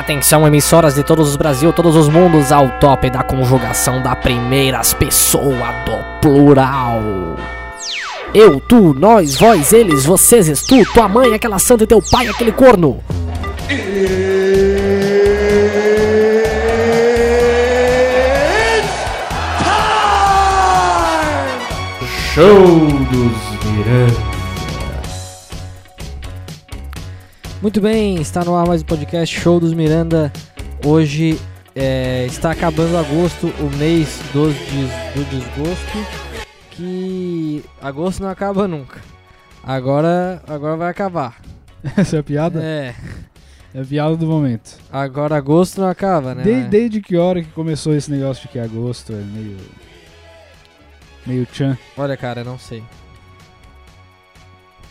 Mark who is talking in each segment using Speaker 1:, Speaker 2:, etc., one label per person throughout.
Speaker 1: Atenção, emissoras de todos os Brasil, todos os mundos, ao top da conjugação da primeira pessoa do plural. Eu, tu, nós, vós, eles, vocês, es, tu, tua mãe, aquela santa e teu pai, aquele corno.
Speaker 2: Show dos Miranda.
Speaker 1: Muito bem, está no ar mais um podcast Show dos Miranda. Hoje é, está acabando agosto, o mês dos des- do desgosto. Que agosto não acaba nunca. Agora, agora vai acabar.
Speaker 3: Essa é a piada?
Speaker 1: É,
Speaker 3: É, a piada do momento.
Speaker 1: agora agosto não acaba, né?
Speaker 3: De- desde que hora que começou esse negócio de que agosto é meio. meio tchan?
Speaker 1: Olha, cara, eu não sei.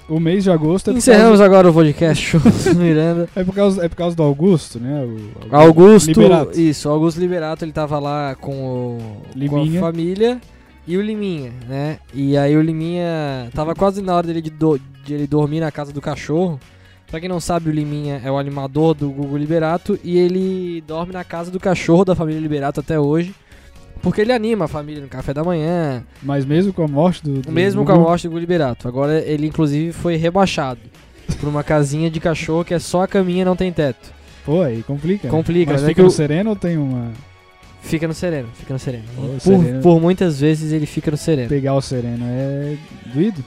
Speaker 3: O mês de agosto é por,
Speaker 1: Encerramos agora o podcast Show dos Miranda.
Speaker 3: causa, é, por causa, é por causa do Augusto, né? O-
Speaker 1: Augusto,
Speaker 3: Liberato.
Speaker 1: isso, Augusto Liberato, ele tava lá com o com
Speaker 3: Liminha.
Speaker 1: a família e o Liminha, né? E aí o Liminha tava quase na hora dele de, do- de ele dormir na casa do cachorro. Pra quem não sabe, o Liminha é o animador do Gugu Liberato e ele dorme na casa do cachorro da família Liberato até hoje. Porque ele anima a família no café da manhã,
Speaker 3: Mas mesmo com a morte do. do
Speaker 1: mesmo com a
Speaker 3: Gugu,
Speaker 1: morte do Gugu Liberato. Agora ele inclusive foi rebaixado por uma casinha de cachorro que é só a caminha e não tem teto.
Speaker 3: Pô, aí complica. né?
Speaker 1: Complica,
Speaker 3: Mas
Speaker 1: mas é
Speaker 3: fica
Speaker 1: que
Speaker 3: no
Speaker 1: o-
Speaker 3: sereno ou tem uma.
Speaker 1: Fica no sereno, fica no sereno.
Speaker 3: Ô,
Speaker 1: Por-
Speaker 3: sereno.
Speaker 1: por muitas vezes ele fica no sereno.
Speaker 3: Pegar o sereno é doído?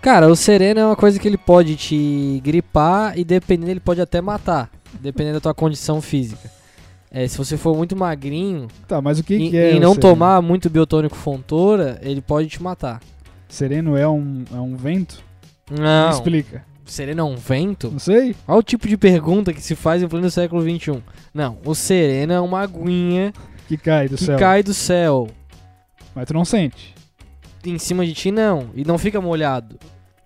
Speaker 1: Cara, o sereno é uma coisa que ele pode te gripar e dependendo, ele pode até matar, dependendo da tua condição física. É, se você for muito magrinho
Speaker 3: Tá, mas o que,
Speaker 1: e,
Speaker 3: que é.
Speaker 1: e
Speaker 3: o
Speaker 1: não
Speaker 3: sereno?
Speaker 1: tomar muito biotônico fontora, ele pode te matar.
Speaker 3: Sereno é um, é um vento?
Speaker 1: Não,
Speaker 3: Me explica.
Speaker 1: sereno é um vento?
Speaker 3: Não sei.
Speaker 1: Olha o tipo de pergunta que se faz em pleno século XXI. Não, o sereno é uma aguinha
Speaker 3: Que cai do
Speaker 1: que
Speaker 3: céu.
Speaker 1: cai do céu.
Speaker 3: Mas tu não sente.
Speaker 1: Em cima de ti, não. E não fica molhado.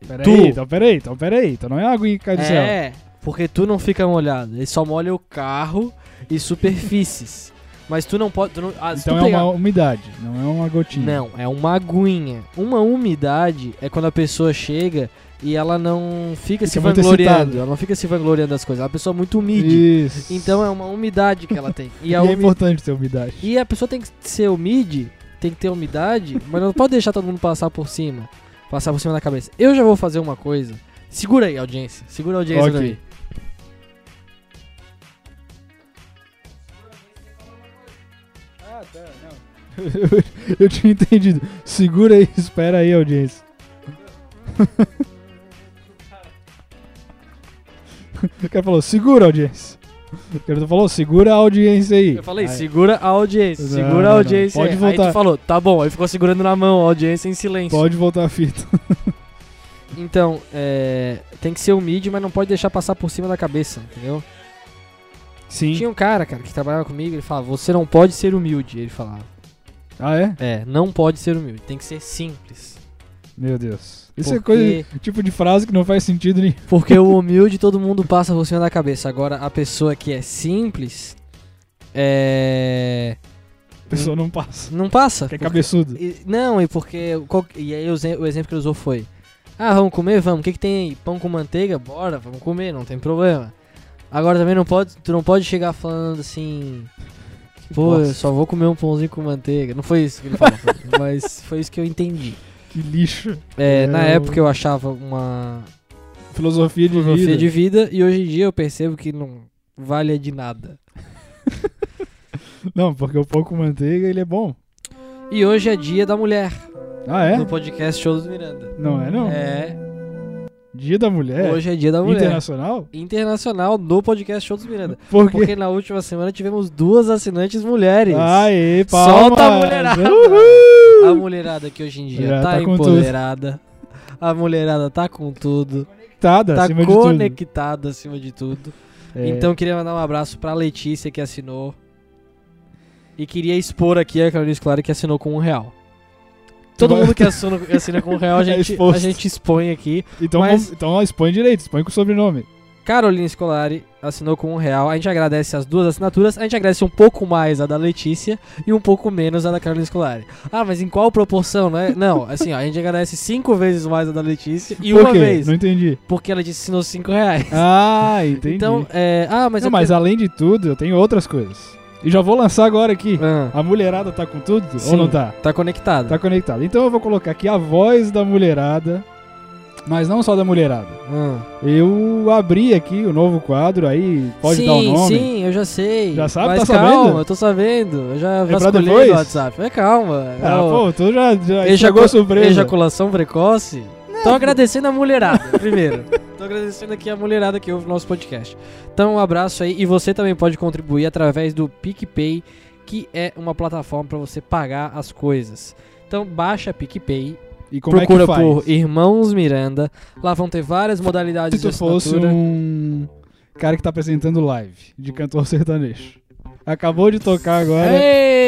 Speaker 1: Tu.
Speaker 3: Peraí, então peraí, então peraí. Então não é água que cai do céu.
Speaker 1: É, porque tu não fica molhado. Ele só molha o carro e superfícies. Mas tu não pode. tu não- ah, se tu
Speaker 3: Então é
Speaker 1: pegar-
Speaker 3: uma umidade, não é uma gotinha.
Speaker 1: Não, é uma aguinha. Uma umidade é quando a pessoa chega e ela não fica, se
Speaker 3: Fica muito
Speaker 1: vangloriando.
Speaker 3: excitada.
Speaker 1: Ela não fica se vangloriando das coisas. Ela é uma pessoa muito humilde.
Speaker 3: Isso.
Speaker 1: Então é uma umidade que ela tem. E um a,
Speaker 3: é
Speaker 1: umi-
Speaker 3: importante ter umidade.
Speaker 1: e a pessoa tem que ser humilde, tem que ter umidade, mas não pode deixar todo mundo passar por cima. Passar por cima da cabeça. Eu já vou fazer uma coisa. Segura aí, audiência. Segura a audiência pra
Speaker 3: Ok.
Speaker 1: mim.
Speaker 3: Ah, tá, não. Eu tinha entendido. Segura aí, espera aí, audiência. O cara falou, segura audiência. O cara falou, segura a audiência aí.
Speaker 1: Eu falei,
Speaker 3: Aí,
Speaker 1: segura a audiência,
Speaker 3: Não,
Speaker 1: segura a
Speaker 3: não,
Speaker 1: audiência.
Speaker 3: pode
Speaker 1: aí. Aí
Speaker 3: voltar.
Speaker 1: tu falou, tá bom, aí ficou segurando na mão a audiência em silêncio.
Speaker 3: Pode voltar a fita.
Speaker 1: Então, é, tem que ser humilde, mas não pode deixar passar por cima da cabeça, entendeu?
Speaker 3: Sim.
Speaker 1: Tinha um cara, cara, que trabalhava comigo, ele falava, você não pode ser humilde, ele falava.
Speaker 3: Ah, é?
Speaker 1: É, não pode ser humilde, tem que ser simples.
Speaker 3: Meu Deus. Isso é coisa,
Speaker 1: porque,
Speaker 3: tipo de frase que não faz sentido nenhum.
Speaker 1: porque o humilde todo mundo passa por cima da cabeça. Agora, a pessoa que é simples, é...
Speaker 3: A pessoa não passa.
Speaker 1: Não passa.
Speaker 3: Que é
Speaker 1: porque-
Speaker 3: cabeçudo.
Speaker 1: E- não, e porque. qual- e aí o, ze- o exemplo que ele usou foi. Ah, vamos comer? Vamos. O que, que tem aí? Pão com manteiga? Bora, vamos comer, não tem problema. Agora também não pode. Tu não pode chegar falando assim. Pô, eu
Speaker 3: bosta.
Speaker 1: só vou comer um pãozinho com manteiga. Não foi isso que ele falou, mas foi isso que eu entendi.
Speaker 3: Que lixo.
Speaker 1: É, Na
Speaker 3: Eu-
Speaker 1: época eu achava uma
Speaker 3: Filosofia de
Speaker 1: filosofia
Speaker 3: vida.
Speaker 1: de vida e hoje em dia eu percebo que não vale de nada.
Speaker 3: Não, porque o pão com manteiga ele é bom.
Speaker 1: E hoje é dia da mulher,
Speaker 3: Ah, é?
Speaker 1: no podcast Show dos Miranda.
Speaker 3: Não é não?
Speaker 1: É,
Speaker 3: Dia da Mulher?
Speaker 1: hoje é dia da mulher.
Speaker 3: Internacional?
Speaker 1: internacional no podcast Show dos Miranda.
Speaker 3: Por quê?
Speaker 1: Porque na última semana tivemos duas assinantes mulheres.
Speaker 3: Aê, palmas.
Speaker 1: Solta a mulherada!
Speaker 3: Uhul!
Speaker 1: A mulherada que hoje em dia
Speaker 3: Já
Speaker 1: tá,
Speaker 3: tá com tudo.
Speaker 1: empoderada. A mulherada tá com tudo.
Speaker 3: Conectada,
Speaker 1: Tá
Speaker 3: acima de
Speaker 1: conectada acima de tudo.
Speaker 3: tudo. É,
Speaker 1: Então queria mandar um abraço pra Letícia que assinou. E queria expor aqui a Carolina Clara que assinou com um real. Todo
Speaker 3: Vai-
Speaker 1: mundo que assina, assina com um real, a
Speaker 3: É
Speaker 1: gente, a
Speaker 3: exposto.
Speaker 1: gente expõe aqui.
Speaker 3: Então,
Speaker 1: mas-
Speaker 3: vamos- então expõe direito, expõe com o sobrenome.
Speaker 1: Caroline Scolari assinou com um real. A gente agradece as duas assinaturas. A gente agradece um pouco mais a da Letícia e um pouco menos a da Carolina Escolari. Ah, mas em qual proporção, né? Não, assim, ó, a gente agradece cinco vezes mais a da Letícia e
Speaker 3: Por
Speaker 1: uma
Speaker 3: quê?
Speaker 1: vez.
Speaker 3: Não entendi.
Speaker 1: Porque ela disse assinou cinco reais.
Speaker 3: Ah, entendi.
Speaker 1: Então, é. Ah, mas
Speaker 3: não,
Speaker 1: eu
Speaker 3: mas
Speaker 1: quero-
Speaker 3: além de tudo, eu tenho outras coisas. E já vou lançar agora aqui.
Speaker 1: Ah,
Speaker 3: A mulherada tá com tudo
Speaker 1: Sim.
Speaker 3: ou não tá?
Speaker 1: tá conectado.
Speaker 3: Tá conectada. Então eu vou colocar aqui a voz da mulherada, mas não só da mulherada.
Speaker 1: Ah.
Speaker 3: Eu abri aqui o novo quadro, aí pode
Speaker 1: sim,
Speaker 3: dar o nome.
Speaker 1: Sim, eu já sei.
Speaker 3: Já sabe?
Speaker 1: Mas
Speaker 3: Tá
Speaker 1: calma,
Speaker 3: sabendo? É
Speaker 1: eu tô sabendo. Eu já
Speaker 3: pra
Speaker 1: vasculhei
Speaker 3: depois?
Speaker 1: no WhatsApp. É, calma.
Speaker 3: Ah,
Speaker 1: Não.
Speaker 3: pô, tu já, já
Speaker 1: Ejacu-
Speaker 3: chegou surpresa.
Speaker 1: Ejaculação precoce? Tô agradecendo a mulherada, primeiro. Tô agradecendo aqui a mulherada que ouve o nosso podcast. Então, um abraço aí. E você também pode contribuir através do PicPay, que é uma plataforma pra você pagar as coisas. Então, baixa PicPay,
Speaker 3: E como
Speaker 1: procura
Speaker 3: é que faz?
Speaker 1: por Irmãos Miranda. Lá vão ter várias modalidades
Speaker 3: Se tu
Speaker 1: de
Speaker 3: fosse
Speaker 1: assinatura.
Speaker 3: um cara que tá apresentando live de cantor sertanejo. Acabou de tocar agora.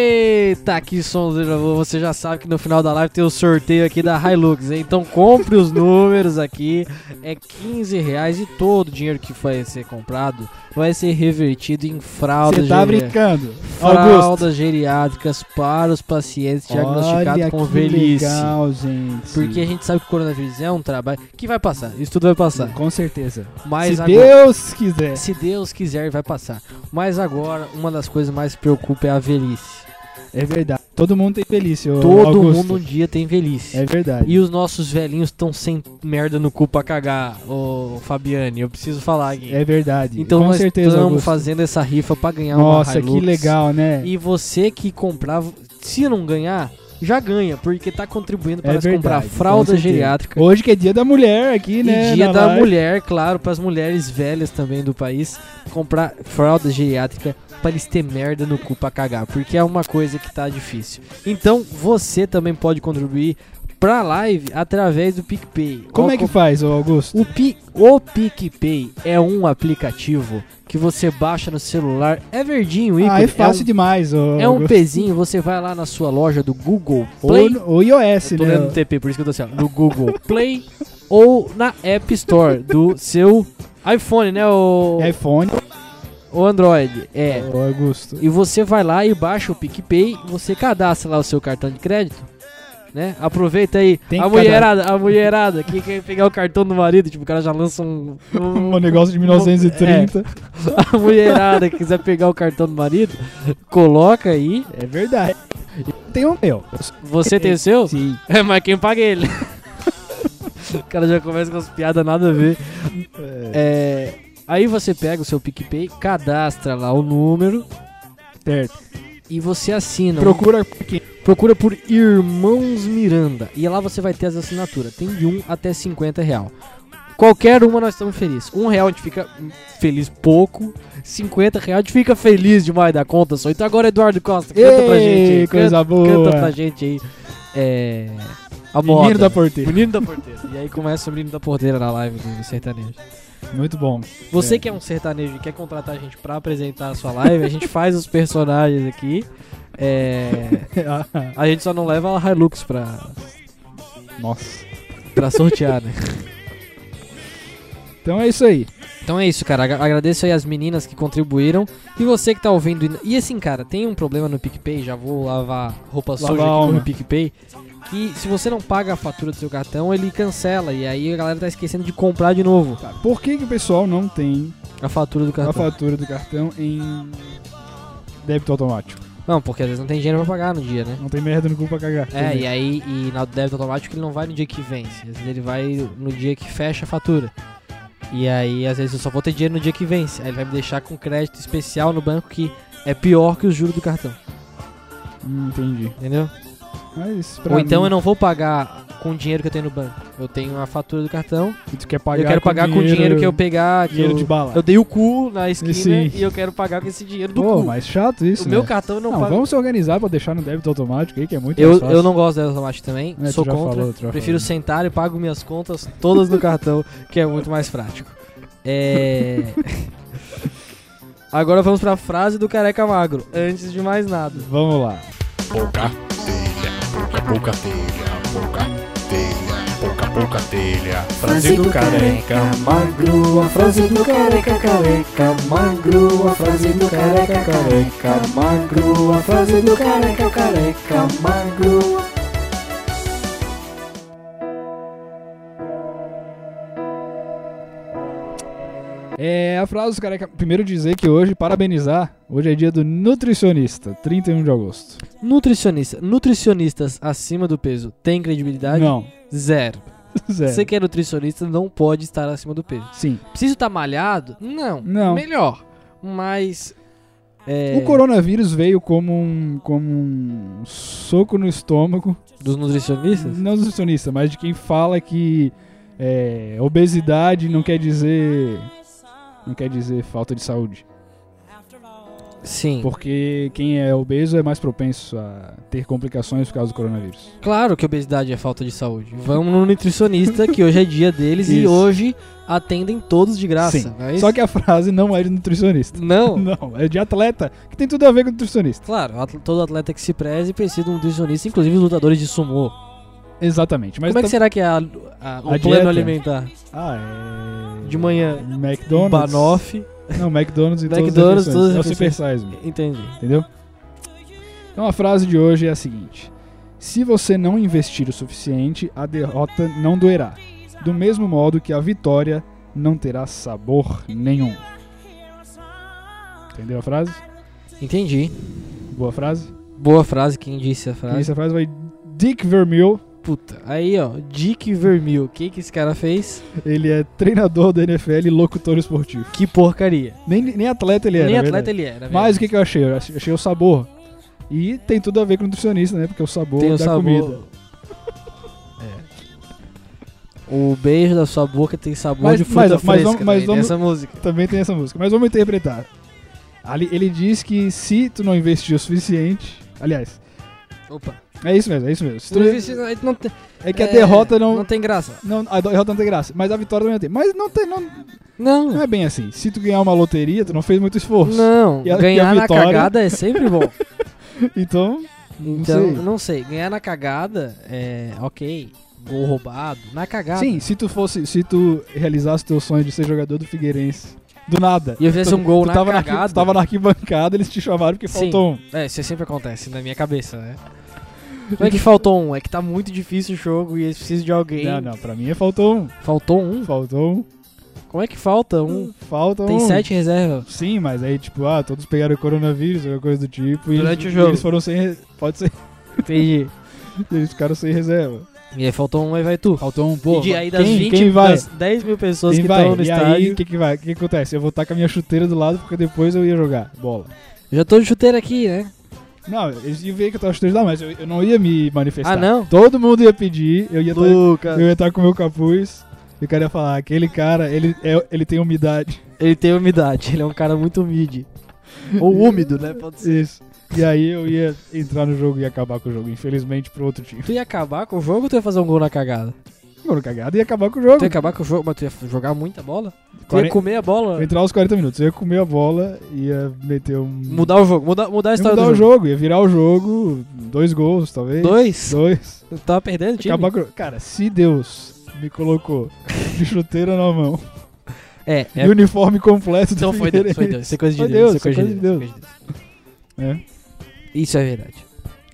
Speaker 1: Eita, aqui sons Você já sabe que no final da live tem o sorteio aqui da Hilux, hein? Então compre os números aqui. É 15 reais e todo o dinheiro que vai ser comprado vai ser revertido em fraldas
Speaker 3: Você tá
Speaker 1: geria-
Speaker 3: brincando. Augusto.
Speaker 1: Fraldas geriátricas para os pacientes diagnosticados
Speaker 3: Olha
Speaker 1: tá com
Speaker 3: que
Speaker 1: velhice.
Speaker 3: legal, gente.
Speaker 1: Porque a gente sabe que o coronavírus é um trabalho que vai passar. Isso tudo vai passar.
Speaker 3: Com certeza.
Speaker 1: Mas
Speaker 3: Se
Speaker 1: agora-
Speaker 3: Deus quiser.
Speaker 1: se Deus quiser, vai passar. Mas agora, uma das coisas que mais preocupa é a velhice.
Speaker 3: É verdade. Todo mundo tem velhice, ô
Speaker 1: Todo
Speaker 3: Augusto.
Speaker 1: mundo um dia tem velhice.
Speaker 3: É verdade.
Speaker 1: E os nossos velhinhos estão sem merda no cu pra cagar, ô Fabiane. Eu preciso falar aqui.
Speaker 3: É verdade.
Speaker 1: então
Speaker 3: Com
Speaker 1: nós
Speaker 3: certeza,
Speaker 1: estamos
Speaker 3: Augusto.
Speaker 1: fazendo essa rifa pra ganhar
Speaker 3: Nossa,
Speaker 1: uma Hilux.
Speaker 3: que legal, né?
Speaker 1: E você que comprava, se não ganhar, já ganha, porque tá contribuindo para
Speaker 3: É
Speaker 1: nós
Speaker 3: verdade,
Speaker 1: comprar
Speaker 3: com
Speaker 1: fralda
Speaker 3: certeza.
Speaker 1: geriátrica.
Speaker 3: Hoje que é dia da mulher aqui,
Speaker 1: E
Speaker 3: né?
Speaker 1: dia
Speaker 3: na
Speaker 1: da
Speaker 3: live.
Speaker 1: mulher, claro, pras mulheres velhas também do país, comprar fralda geriátrica pra eles ter merda no cu pra cagar, porque é uma coisa que tá difícil. Então você também pode contribuir pra live através do PicPay.
Speaker 3: Como
Speaker 1: Ó,
Speaker 3: é que faz, ô Augusto?
Speaker 1: o, Pi, o PicPay é um aplicativo que você baixa no celular, é verdinho, ícone,
Speaker 3: ah, é fácil
Speaker 1: um-
Speaker 3: demais, ô
Speaker 1: é um
Speaker 3: Augusto.
Speaker 1: pezinho, você vai lá na sua loja do Google
Speaker 3: Ou,
Speaker 1: Play.
Speaker 3: no- ou iOS,
Speaker 1: Eu tô lendo
Speaker 3: né?
Speaker 1: TP, por isso que eu tô assim, ó, no Google Play ou na App Store do seu iPhone, né? O,
Speaker 3: É iPhone,
Speaker 1: o Android. É.
Speaker 3: ô Augusto.
Speaker 1: E você vai lá e baixa o PicPay, você cadastra lá o seu cartão de crédito. Né? Aproveita aí.
Speaker 3: Tem
Speaker 1: a
Speaker 3: que
Speaker 1: mulherada, a mulherada, que quer pegar o cartão do marido, tipo, o cara já lança um. um-
Speaker 3: Um negócio de 1930.
Speaker 1: a mulherada que quiser pegar o cartão do marido, coloca aí.
Speaker 3: É, verdade. Tem um meu.
Speaker 1: Você tem o seu?
Speaker 3: Sim.
Speaker 1: É, mas quem paga é ele. o cara já começa com as piadas nada a ver.
Speaker 3: É,
Speaker 1: É, aí você pega o seu PicPay, cadastra lá o número
Speaker 3: certo.
Speaker 1: e você assina.
Speaker 3: Procura quem
Speaker 1: Procura por Irmãos Miranda. E lá você vai ter as assinaturas. Tem de 1 até 50 real. Qualquer uma nós estamos felizes. Um real a gente fica feliz pouco. 50 real a gente fica feliz demais da conta só. Então agora, Eduardo Costa, canta pra gente aí.
Speaker 3: Ei, coisa
Speaker 1: canta,
Speaker 3: boa.
Speaker 1: canta pra gente aí. É. A moda.
Speaker 3: Menino da porteira.
Speaker 1: Menino da porteira. E aí começa o menino da porteira na live do sertanejo.
Speaker 3: Muito bom.
Speaker 1: Você
Speaker 3: É.
Speaker 1: que é um sertanejo e quer contratar a gente pra apresentar a sua live, a gente faz os personagens aqui. É,
Speaker 3: Ah,
Speaker 1: a gente só não leva a Hilux pra,
Speaker 3: Nossa.
Speaker 1: pra sortear, né?
Speaker 3: Então é isso aí.
Speaker 1: Então é isso, cara. Aga- Agradeço aí as meninas que contribuíram. E você que tá ouvindo. e- E assim, cara, tem um problema no PicPay, já vou lavar roupa suja
Speaker 3: a
Speaker 1: aqui
Speaker 3: alma.
Speaker 1: no PicPay. Que se você não paga a fatura do seu cartão, ele cancela. E aí a galera tá esquecendo de comprar de novo
Speaker 3: Tá, Por que, que o pessoal não tem
Speaker 1: a fatura do
Speaker 3: a
Speaker 1: cartão.
Speaker 3: fatura do cartão em débito automático?
Speaker 1: Não, porque às vezes não tem dinheiro pra pagar no dia, né?
Speaker 3: Não tem merda no cu pra cagar.
Speaker 1: É, e aí e na débito automático ele não vai no dia que vence, às vezes ele vai no dia que fecha a fatura. E aí, às vezes, eu só vou ter dinheiro no dia que vence. Aí ele vai me deixar com crédito especial no banco que é pior que os juros do cartão,
Speaker 3: Hum, entendi.
Speaker 1: entendeu?
Speaker 3: Mas
Speaker 1: Ou então eu não vou pagar com o dinheiro que eu tenho no banco. Eu tenho a fatura do cartão,
Speaker 3: não. Tu quer pagar
Speaker 1: eu quero pagar com o dinheiro que eu pegar. Que
Speaker 3: Dinheiro
Speaker 1: eu,
Speaker 3: de bala.
Speaker 1: eu dei o cu na esquina
Speaker 3: Sim.
Speaker 1: e eu quero pagar com esse dinheiro do
Speaker 3: Pô,
Speaker 1: cu.
Speaker 3: mas chato isso.
Speaker 1: o meu
Speaker 3: né?
Speaker 1: cartão eu não,
Speaker 3: Não,
Speaker 1: paga.
Speaker 3: vamos se organizar pra deixar no débito automático aí, que é muito
Speaker 1: Eu,
Speaker 3: mais fácil.
Speaker 1: eu não gosto da débito automático também,
Speaker 3: É, tu
Speaker 1: sou
Speaker 3: já
Speaker 1: contra.
Speaker 3: falou, tu já
Speaker 1: Prefiro
Speaker 3: falou.
Speaker 1: sentar e pago minhas contas todas no cartão, que é muito mais prático. É. Agora vamos pra frase do careca magro. Antes de mais nada.
Speaker 3: Vamos lá.
Speaker 2: Pouca telha, pouca, pouca telha, pouca telha, pouca pouca telha. Frase do careca magro, a frase do careca careca magro, a frase do careca careca magro, a frase do careca careca magro.
Speaker 3: É, a frase dos careca. Primeiro dizer que hoje, parabenizar, hoje é dia do nutricionista, 31 de agosto.
Speaker 1: Nutricionista. Nutricionistas acima do peso têm credibilidade?
Speaker 3: Não,
Speaker 1: Zero.
Speaker 3: zero.
Speaker 1: Você que é nutricionista não pode estar acima do peso.
Speaker 3: Sim.
Speaker 1: Preciso estar malhado? Não.
Speaker 3: Não.
Speaker 1: Melhor. Mas. é,
Speaker 3: O coronavírus veio como um, como um soco no estômago,
Speaker 1: Dos nutricionistas?
Speaker 3: não do nutricionista, mas de quem fala que é, obesidade não quer dizer. Não quer dizer falta de saúde.
Speaker 1: Sim.
Speaker 3: Porque quem é obeso é mais propenso a ter complicações por causa do coronavírus.
Speaker 1: Claro que obesidade é falta de saúde. Vamos no nutricionista, que hoje é dia deles e
Speaker 3: Isso.
Speaker 1: hoje atendem todos de graça.
Speaker 3: Sim.
Speaker 1: não é isso?
Speaker 3: Só que a frase não é de nutricionista.
Speaker 1: Não.
Speaker 3: Não, é de atleta, que tem tudo a ver com nutricionista.
Speaker 1: Claro, at- todo atleta que se preze precisa de um nutricionista, inclusive os lutadores de sumô.
Speaker 3: Exatamente. Mas
Speaker 1: Como é que
Speaker 3: tam-
Speaker 1: será que é a- a- o
Speaker 3: A
Speaker 1: plano
Speaker 3: dieta.
Speaker 1: alimentar?
Speaker 3: Ah, é...
Speaker 1: De manhã,
Speaker 3: McDonald's.
Speaker 1: Banoff.
Speaker 3: Não, McDonald's e
Speaker 1: McDonald's,
Speaker 3: todas as
Speaker 1: todas as
Speaker 3: refeições. É o Super Size Me,
Speaker 1: Entendi.
Speaker 3: entendeu? Então a frase de hoje é a seguinte. Se você não investir o suficiente, a derrota não doerá. Do mesmo modo que a vitória não terá sabor nenhum. Entendeu a frase?
Speaker 1: Entendi.
Speaker 3: Boa frase?
Speaker 1: Boa frase, quem disse a
Speaker 3: Quem
Speaker 1: frase?
Speaker 3: disse a frase vai Dick Vermeil.
Speaker 1: Puta. Aí, ó, Dick Vermil. O que, que esse cara fez?
Speaker 3: Ele é treinador da NFL e locutor esportivo.
Speaker 1: Que porcaria.
Speaker 3: Nem, nem atleta ele é,
Speaker 1: Nem
Speaker 3: na
Speaker 1: atleta
Speaker 3: verdade.
Speaker 1: ele era.
Speaker 3: Mas
Speaker 1: velho.
Speaker 3: o que, que eu achei? Eu ach- achei o sabor. E tem tudo a ver com nutricionista, né? Porque o sabor
Speaker 1: tem
Speaker 3: da
Speaker 1: o sabor.
Speaker 3: comida.
Speaker 1: É. O beijo da sua boca tem sabor
Speaker 3: Mas-
Speaker 1: de fruta
Speaker 3: mas- mas
Speaker 1: fresca.
Speaker 3: vamos- mas
Speaker 1: velho,
Speaker 3: vamos-
Speaker 1: Essa música.
Speaker 3: Também tem essa música. Mas vamos interpretar. Ali, ele diz que se tu não investir o suficiente. Aliás,
Speaker 1: Opa.
Speaker 3: é isso mesmo, é isso mesmo. Se tu-
Speaker 1: Não existe- não tem-
Speaker 3: é que a
Speaker 1: é,
Speaker 3: derrota não.
Speaker 1: Não tem graça.
Speaker 3: Não, a derrota não tem graça, mas a vitória também não tem. Mas não, tem, não, não
Speaker 1: Não.
Speaker 3: é bem assim. Se tu ganhar uma loteria, tu não fez muito esforço.
Speaker 1: Não.
Speaker 3: E a- e a
Speaker 1: Ganhar na
Speaker 3: vitória?
Speaker 1: cagada é sempre bom.
Speaker 3: Então, não
Speaker 1: Então,
Speaker 3: sei.
Speaker 1: não sei. Ganhar na cagada é ok. Gol roubado. Na cagada.
Speaker 3: Sim, se tu fosse. Se tu realizasse teu sonho de ser jogador do Figueirense. Do nada.
Speaker 1: E eu fizesse
Speaker 3: Tu-
Speaker 1: um gol
Speaker 3: tu
Speaker 1: na
Speaker 3: tava arqui-
Speaker 1: cagada.
Speaker 3: tu tava na arquibancada, eles te chamaram porque
Speaker 1: Sim.
Speaker 3: faltou um.
Speaker 1: É, isso sempre acontece na minha cabeça, né? Não é que faltou um, é que tá muito difícil o jogo e eles precisam de alguém.
Speaker 3: Não, não, pra mim é faltou um.
Speaker 1: Faltou um?
Speaker 3: Faltou um.
Speaker 1: Como é que falta um?
Speaker 3: Falta
Speaker 1: Tem
Speaker 3: um.
Speaker 1: sete reservas.
Speaker 3: Sim, mas aí, tipo, ah, todos pegaram o coronavírus, alguma coisa do tipo. E
Speaker 1: Durante
Speaker 3: eles,
Speaker 1: o jogo.
Speaker 3: eles foram sem. re- Pode ser.
Speaker 1: Entendi.
Speaker 3: Eles ficaram sem reserva.
Speaker 1: E aí faltou um, aí vai tu.
Speaker 3: Faltou um, pô.
Speaker 1: e de- aí das
Speaker 3: quem,
Speaker 1: 20,
Speaker 3: quem vai?
Speaker 1: das 10 mil pessoas
Speaker 3: quem
Speaker 1: que
Speaker 3: vai?
Speaker 1: estão no
Speaker 3: e aí,
Speaker 1: estádio.
Speaker 3: o que, que vai? O que, que acontece? Eu vou estar com a minha chuteira do lado porque depois eu ia jogar bola.
Speaker 1: Já tô de chuteira aqui, né?
Speaker 3: Não, eles iam ver que eu tava chuteira lá, mas eu, eu não ia me manifestar.
Speaker 1: Ah, não?
Speaker 3: Todo mundo ia pedir, eu ia tá-
Speaker 1: Lucas.
Speaker 3: Eu ia estar com o meu capuz e o cara ia falar: aquele cara, ele, é- ele tem umidade.
Speaker 1: Ele tem umidade, ele é um cara muito humilde. Ou úmido, né? Pode ser.
Speaker 3: Isso. E aí eu ia entrar no jogo e ia acabar com o jogo, infelizmente, pro outro time.
Speaker 1: Tu ia acabar com o jogo ou tu ia fazer um gol na cagada?
Speaker 3: Foram cagado e ia acabar com o jogo.
Speaker 1: Tu ia acabar com o jogo, mas tu ia jogar muita bola? Tu ia
Speaker 3: Quaren-
Speaker 1: comer a bola?
Speaker 3: Eu ia entrar aos 40 minutos, eu ia comer a bola, ia meter um.
Speaker 1: Mudar o jogo, mudar, mudar a
Speaker 3: ia
Speaker 1: história
Speaker 3: mudar
Speaker 1: do
Speaker 3: o jogo. ia virar o jogo, dois gols, talvez.
Speaker 1: Dois?
Speaker 3: Dois.
Speaker 1: Tu tava perdendo, time?
Speaker 3: Acabar com... Cara, se Deus me colocou de chuteira na mão
Speaker 1: É, é.
Speaker 3: e uniforme completo do
Speaker 1: Então foi Deus, foi
Speaker 3: Figueirense.
Speaker 1: Deus. Isso é coisa de
Speaker 3: Foi
Speaker 1: Deus,
Speaker 3: Deus,
Speaker 1: isso é coisa de Deus.
Speaker 3: Deus.
Speaker 1: isso é coisa de
Speaker 3: É.
Speaker 1: Deus. Isso é verdade.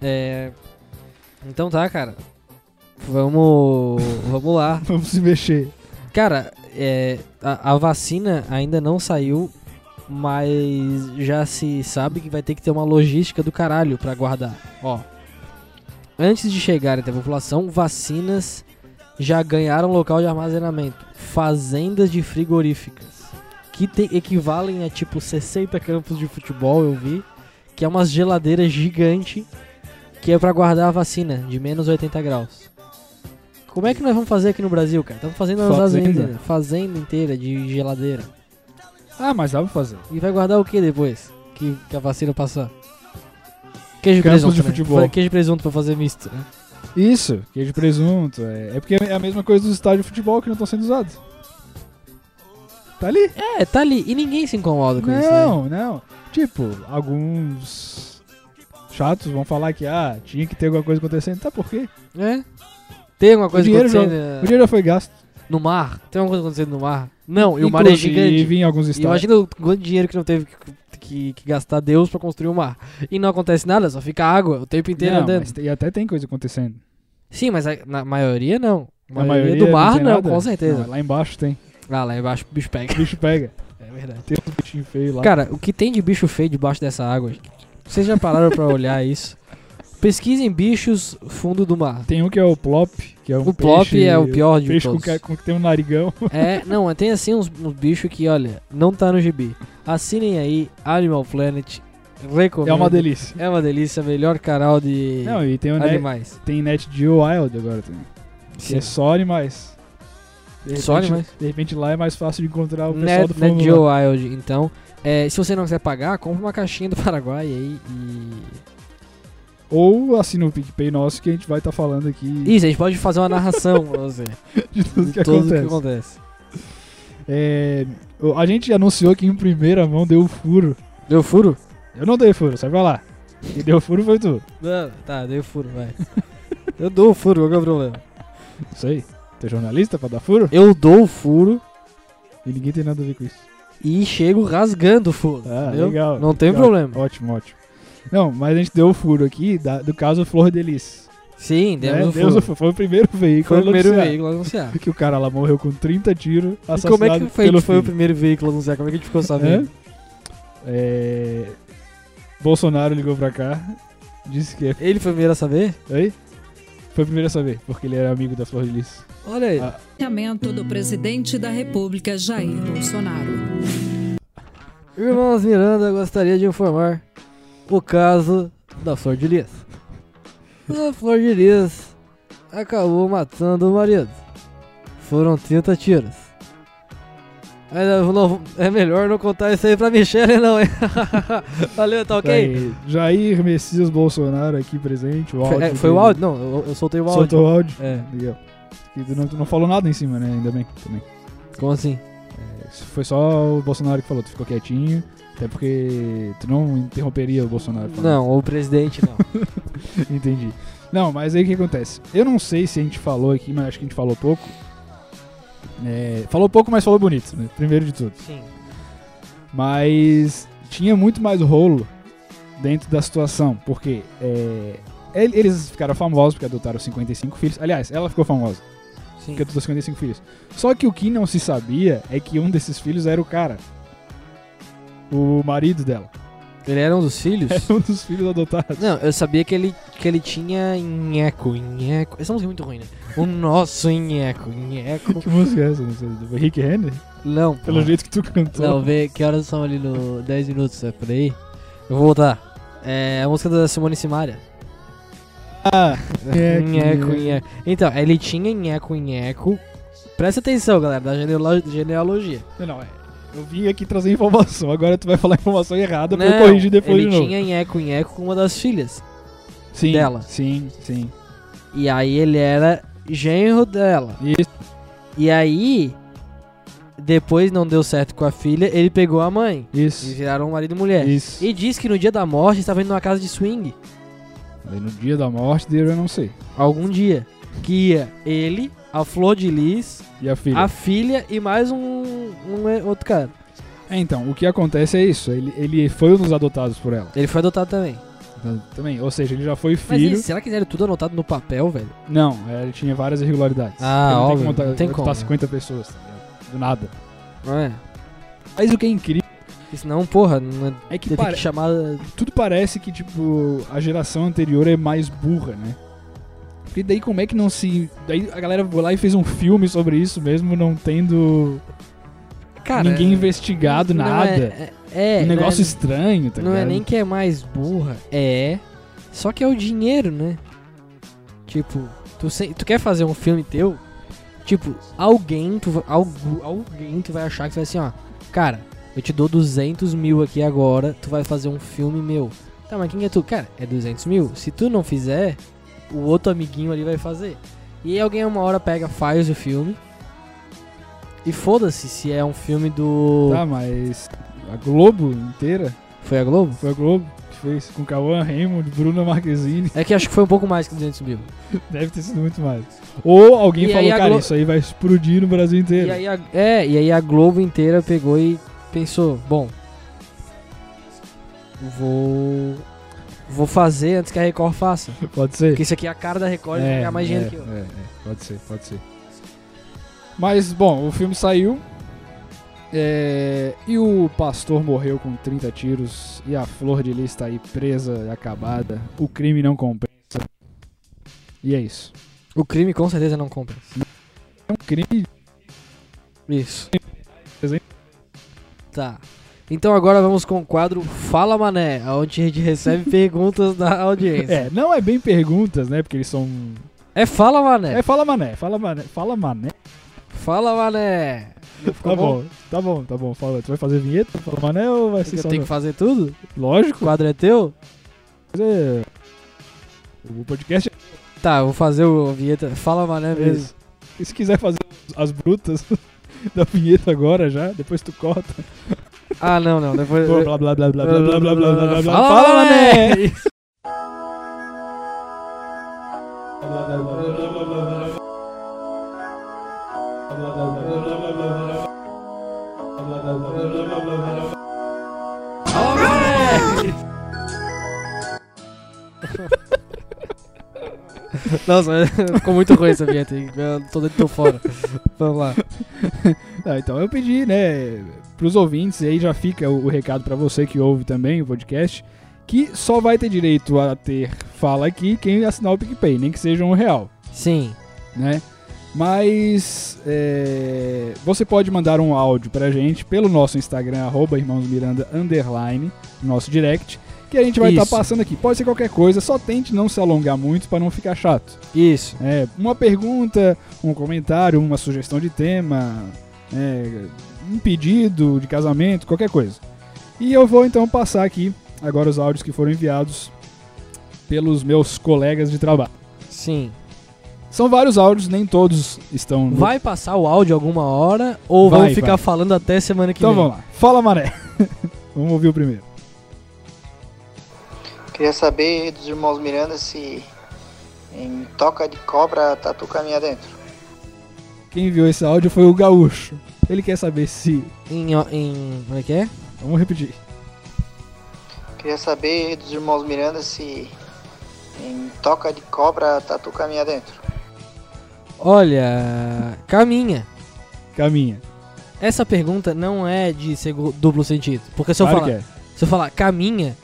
Speaker 1: É, Então tá, cara. Vamos. Vamos lá.
Speaker 3: Vamos se mexer.
Speaker 1: Cara, é, a, a vacina ainda não saiu, mas já se sabe que vai ter que ter uma logística do caralho pra guardar. Ó, antes de chegar até a população, vacinas já ganharam local de armazenamento, fazendas de frigoríficas, que te- equivalem a tipo 60 campos de futebol, eu vi, que é umas geladeiras gigante que é pra guardar a vacina de menos 80 graus. Como é que nós vamos fazer aqui no Brasil, cara? Estamos fazendo nas Estados
Speaker 3: Fazenda.
Speaker 1: Unidos, né? fazenda inteira de geladeira.
Speaker 3: Ah, mas dá pra fazer.
Speaker 1: E vai guardar o que depois que, que a vacina passar? Queijo e
Speaker 3: Campos
Speaker 1: presunto,
Speaker 3: de
Speaker 1: né?
Speaker 3: futebol.
Speaker 1: Fa- Queijo e presunto pra fazer misto, né?
Speaker 3: Isso, queijo e presunto. É, é porque é a mesma coisa dos estádios de futebol que não estão sendo usados. Tá ali?
Speaker 1: É, tá ali. E ninguém se incomoda com isso, né?
Speaker 3: não, não. Tipo, alguns chatos vão falar que ah, tinha que ter alguma coisa acontecendo. Tá por quê?
Speaker 1: É? Tem alguma coisa
Speaker 3: dinheiro já-
Speaker 1: acontecendo
Speaker 3: O
Speaker 1: eh,
Speaker 3: dinheiro já foi gasto.
Speaker 1: no mar? Tem alguma coisa acontecendo no mar? Não, e o mar é gigante.
Speaker 3: Inclusive, em alguns
Speaker 1: E
Speaker 3: estados.
Speaker 1: Imagina o quanto dinheiro que não teve que, que- que gastar Deus pra construir o mar. E não acontece nada, só fica água o tempo inteiro
Speaker 3: Não,
Speaker 1: andando.
Speaker 3: mas tem- e até tem coisa acontecendo.
Speaker 1: Sim, mas a- na maioria não.
Speaker 3: Na
Speaker 1: A maioria,
Speaker 3: maioria
Speaker 1: do mar
Speaker 3: tem
Speaker 1: não,
Speaker 3: nada.
Speaker 1: com certeza.
Speaker 3: Não, lá embaixo tem.
Speaker 1: Ah, lá embaixo o bicho pega.
Speaker 3: O bicho pega.
Speaker 1: É verdade.
Speaker 3: Tem um bichinho feio lá.
Speaker 1: Cara, o que tem de bicho feio debaixo dessa água? Vocês já pararam pra olhar isso? Pesquisem bichos fundo do mar.
Speaker 3: Tem um que é o plop, que é um
Speaker 1: O plop
Speaker 3: peixe-
Speaker 1: é o pior de
Speaker 3: peixe com
Speaker 1: todos.
Speaker 3: que, com que tem um narigão.
Speaker 1: É, não, tem assim uns, uns bichos que, olha, não tá no gibi. Assinem aí Animal Planet. Recomendo.
Speaker 3: É uma delícia.
Speaker 1: É uma delícia, melhor canal de
Speaker 3: Não, e tem o net,
Speaker 1: animais.
Speaker 3: tem net de Wild agora também. Que é só animais. De
Speaker 1: Só
Speaker 3: repente-
Speaker 1: animais? Né,
Speaker 3: De repente lá é mais fácil de encontrar o pessoal
Speaker 1: Net, Net
Speaker 3: do Fórmula
Speaker 1: Geo
Speaker 3: 1.
Speaker 1: Wild, então. é, se você não quiser pagar, compra uma caixinha do Paraguai aí e.
Speaker 3: Ou assina o PicPay nosso que a gente vai estar falando aqui
Speaker 1: Isso, a gente pode fazer uma narração pra você. de
Speaker 3: de tudo que
Speaker 1: tudo que acontece.
Speaker 3: acontece. É, o- a gente anunciou que em primeira mão deu furo.
Speaker 1: Deu furo?
Speaker 3: Eu não dei furo, sai pra lá. Quem deu furo foi tu.
Speaker 1: Não, tá, deu furo, vai. Eu dou o furo, qual que é o problema?
Speaker 3: Isso aí. Tu é jornalista pra dar furo?
Speaker 1: Eu dou o furo
Speaker 3: E ninguém tem nada a ver com isso.
Speaker 1: e chego rasgando o furo.
Speaker 3: Ah,
Speaker 1: entendeu?
Speaker 3: legal.
Speaker 1: Não tem
Speaker 3: legal.
Speaker 1: problema.
Speaker 3: Ótimo, ótimo. Não, mas a gente deu o furo aqui da- do caso Flor Delis.
Speaker 1: Sim, demos
Speaker 3: né?
Speaker 1: o
Speaker 3: Deus
Speaker 1: furo.
Speaker 3: o furo. Foi o primeiro veículo.
Speaker 1: Foi o
Speaker 3: a
Speaker 1: primeiro
Speaker 3: anunciar
Speaker 1: veículo a anunciar.
Speaker 3: Que o cara lá morreu com 30 tiros,
Speaker 1: E como
Speaker 3: assassinado
Speaker 1: é que foi
Speaker 3: pelo
Speaker 1: que foi o
Speaker 3: filho.
Speaker 1: primeiro veículo a anunciar? Como é que a gente ficou sabendo?
Speaker 3: É? É, Bolsonaro ligou pra cá, disse que é...
Speaker 1: Ele foi o primeiro a saber?
Speaker 3: Aí? Foi o primeiro a saber, porque ele era amigo da Flor Delis.
Speaker 1: Olha aí.
Speaker 3: Ah.
Speaker 4: Alinhamento do presidente da República, Jair Bolsonaro.
Speaker 1: Irmãos Miranda gostaria de informar o caso da Flor de Lis. A Flor de Lis acabou matando o marido. Foram 30 tiros. Ainda não- é melhor não contar isso aí pra Michelle, não, hein? Valeu, tá ok?
Speaker 3: Aí, Jair Messias Bolsonaro aqui presente, o áudio.
Speaker 1: Foi, é, foi o
Speaker 3: dele.
Speaker 1: áudio? Não, eu, eu soltei o áudio.
Speaker 3: Soltou o áudio.
Speaker 1: É.
Speaker 3: Legal. Que tu não, tu não falou nada em cima, né? Ainda bem, também.
Speaker 1: Como assim?
Speaker 3: É, isso Foi só o Bolsonaro que falou, tu ficou quietinho. Até porque tu não interromperia o Bolsonaro. falando.
Speaker 1: Não, o presidente não.
Speaker 3: Entendi. Não, mas aí o que acontece? Eu não sei se a gente falou aqui, mas acho que a gente falou pouco. É, falou pouco, mas falou bonito, né? Primeiro de tudo.
Speaker 1: Sim.
Speaker 3: Mas tinha muito mais rolo dentro da situação, porque é, el- eles ficaram famosos porque adotaram 55 filhos. Aliás, ela ficou famosa
Speaker 1: Sim.
Speaker 3: porque adotou 55 filhos. Só que o que não se sabia é que um desses filhos era o cara. O marido dela.
Speaker 1: Ele era um dos filhos?
Speaker 3: Era um dos filhos adotados.
Speaker 1: Não, eu sabia que ele, que ele tinha nheco, nheco. Essa música é muito ruim, né? O nosso nheco, nheco.
Speaker 3: Que música é essa? Não sei, Do Rick Henry?
Speaker 1: Não,
Speaker 3: Pelo
Speaker 1: pô.
Speaker 3: jeito que tu cantou.
Speaker 1: Não, vê que horas são ali no 10 minutos, é por aí. Eu vou voltar. É a música da Simone Simaria.
Speaker 3: Ah, nheco,
Speaker 1: Nheco,
Speaker 3: nheco.
Speaker 1: nheco. Então, ele tinha nheco, nheco. Presta atenção, galera, da genealo- genealogia.
Speaker 3: não, não, é. Eu vim aqui trazer informação. Agora tu vai falar a informação errada pra eu
Speaker 1: Não,
Speaker 3: corrigir depois
Speaker 1: ele
Speaker 3: de novo.
Speaker 1: tinha nheco, nheco com uma das filhas.
Speaker 3: Sim,
Speaker 1: dela.
Speaker 3: Sim, sim.
Speaker 1: E aí ele era genro dela.
Speaker 3: Isso.
Speaker 1: E aí, depois não deu certo com a filha, ele pegou a mãe. E
Speaker 3: Isso.
Speaker 1: viraram um marido e mulher.
Speaker 3: Isso.
Speaker 1: E diz que no dia da morte estava indo numa casa de swing.
Speaker 3: Aí no dia da morte dele, eu não sei.
Speaker 1: Algum dia. Que ia ele, a Flor de Lis,
Speaker 3: E a filha?
Speaker 1: a filha e mais um, um e- outro cara.
Speaker 3: É, então, o que acontece é isso. Ele, ele foi um dos adotados por ela.
Speaker 1: Ele foi adotado também.
Speaker 3: Então, Também. Ou seja, ele já foi
Speaker 1: Mas
Speaker 3: filho.
Speaker 1: e será que fizeram tudo anotado no papel, velho?
Speaker 3: Não, é, ele tinha várias irregularidades.
Speaker 1: Ah,
Speaker 3: Ele
Speaker 1: óbvio,
Speaker 3: Não
Speaker 1: não tem
Speaker 3: tem como. adotar
Speaker 1: como.
Speaker 3: 50 pessoas. tá ligado? Do nada.
Speaker 1: Não é?
Speaker 3: Mas o que é incrível
Speaker 1: Porque Senão, porra, não é-
Speaker 3: é que
Speaker 1: teve
Speaker 3: pare-
Speaker 1: que chamar.
Speaker 3: tudo parece que, tipo, a geração anterior é mais burra, né? E daí como é que não se. Daí a galera foi lá e fez um filme sobre isso mesmo, não tendo
Speaker 1: Cara,
Speaker 3: ninguém investigado
Speaker 1: não é-
Speaker 3: nada.
Speaker 1: É, é,
Speaker 3: um
Speaker 1: não é-
Speaker 3: negócio estranho, tá
Speaker 1: Não é
Speaker 3: ligado?
Speaker 1: nem que é mais burra, é. Só que é o dinheiro, né? Tipo, tu, se- tu quer fazer um filme teu? Tipo, alguém tu, va- algu- alguém tu vai achar que vai assim, ó. Cara, eu te dou 200 mil aqui agora, tu vai fazer um filme meu. Tá, mas quem é tu? Cara, é 200 mil. Se tu não fizer, o outro amiguinho ali vai fazer. E aí alguém uma hora pega, faz o filme. E foda-se se é um filme do.
Speaker 3: Tá, mas a Globo inteira
Speaker 1: Foi a Globo?
Speaker 3: foi a Globo que fez com Cauã Raymond, Bruna Marquezine.
Speaker 1: É que acho que foi um pouco mais que 200 mil.
Speaker 3: Deve ter sido muito mais. Ou alguém
Speaker 1: E
Speaker 3: falou,
Speaker 1: aí a
Speaker 3: cara,
Speaker 1: Glo-
Speaker 3: isso aí vai explodir no Brasil inteiro.
Speaker 1: E aí a, é, e aí a Globo inteira pegou e pensou, bom, vou vou fazer antes que a Record faça,
Speaker 3: Pode ser?
Speaker 1: porque isso aqui é a cara da Record de ganhar mais dinheiro
Speaker 3: é,
Speaker 1: que eu.
Speaker 3: é, é. pode ser, pode ser. Mas, bom, o filme saiu. é, e o pastor morreu com 30 tiros. E a flor de lis tá aí presa e acabada. O crime não compensa. E é isso.
Speaker 1: O crime com certeza não compra.
Speaker 3: É um crime.
Speaker 1: Isso.
Speaker 3: Desenho.
Speaker 1: Tá. Então agora vamos com o quadro Fala Mané, onde a gente recebe perguntas da audiência.
Speaker 3: É, não é bem perguntas, né? Porque eles são.
Speaker 1: É, Tá Fala Mané.
Speaker 3: É, fala mané, fala mané, fala mané.
Speaker 1: Fala Mané. Ficou
Speaker 3: Tá bom, tá bom, tá bom. Fala, tu vai fazer vinheta? Fala mané ou vai ser
Speaker 1: Tá Eu
Speaker 3: só.
Speaker 1: tenho que fazer tudo? O
Speaker 3: Lógico,
Speaker 1: quadro é teu?
Speaker 3: fazer. O podcast
Speaker 1: Tá, eu vou fazer o a vinheta. Fala Mané É mesmo.
Speaker 3: Isso. E se quiser fazer as brutas da vinheta agora já, depois tu corta.
Speaker 1: Ah, não, não. Depois.
Speaker 3: Blá blá blá blá blá blá blá blá blá blá blá.
Speaker 1: Fala, mané! Fala, mané! Nossa, ficou muito ruim essa vinheta aí. Eu tô dentro tô fora. Vamos lá.
Speaker 3: Ah, então eu pedi, né, pros ouvintes, e aí já fica o, o recado pra você que ouve também o podcast, que só vai ter direito a ter fala aqui quem assinar o PicPay, nem que seja um real.
Speaker 1: Sim.
Speaker 3: né? Mas é, você pode mandar um áudio pra gente pelo nosso Instagram, arroba irmãosmiranda, underline, nosso direct, que a gente vai estar
Speaker 1: Isso.
Speaker 3: passando aqui. Pode ser qualquer coisa, só tente não se alongar muito pra não ficar chato.
Speaker 1: Isso.
Speaker 3: É, uma pergunta, um comentário, uma sugestão de tema, é, um pedido de casamento, qualquer coisa. E eu vou então passar aqui agora os áudios que foram enviados pelos meus colegas de trabalho.
Speaker 1: Sim.
Speaker 3: São vários áudios, nem todos estão no...
Speaker 1: Vai passar o áudio alguma hora ou
Speaker 3: Vai,
Speaker 1: vamos ficar
Speaker 3: vai.
Speaker 1: falando até semana que
Speaker 3: Então
Speaker 1: vem?
Speaker 3: vamos lá. Fala, Maré. vamos ouvir o primeiro.
Speaker 5: Queria saber dos irmãos Miranda se em Toca de Cobra Tatu caminha dentro.
Speaker 3: Quem enviou esse áudio foi o Gaúcho. Ele quer saber se...
Speaker 1: Em, em. Como é que é?
Speaker 3: Vamos repetir.
Speaker 5: Queria saber dos irmãos Miranda se em Toca de Cobra Tatu caminha dentro.
Speaker 1: Olha. Caminha.
Speaker 3: Caminha.
Speaker 1: Essa pergunta não é de segu- duplo sentido. Porque se eu,
Speaker 3: Claro
Speaker 1: falar,
Speaker 3: que é.
Speaker 1: se eu falar caminha,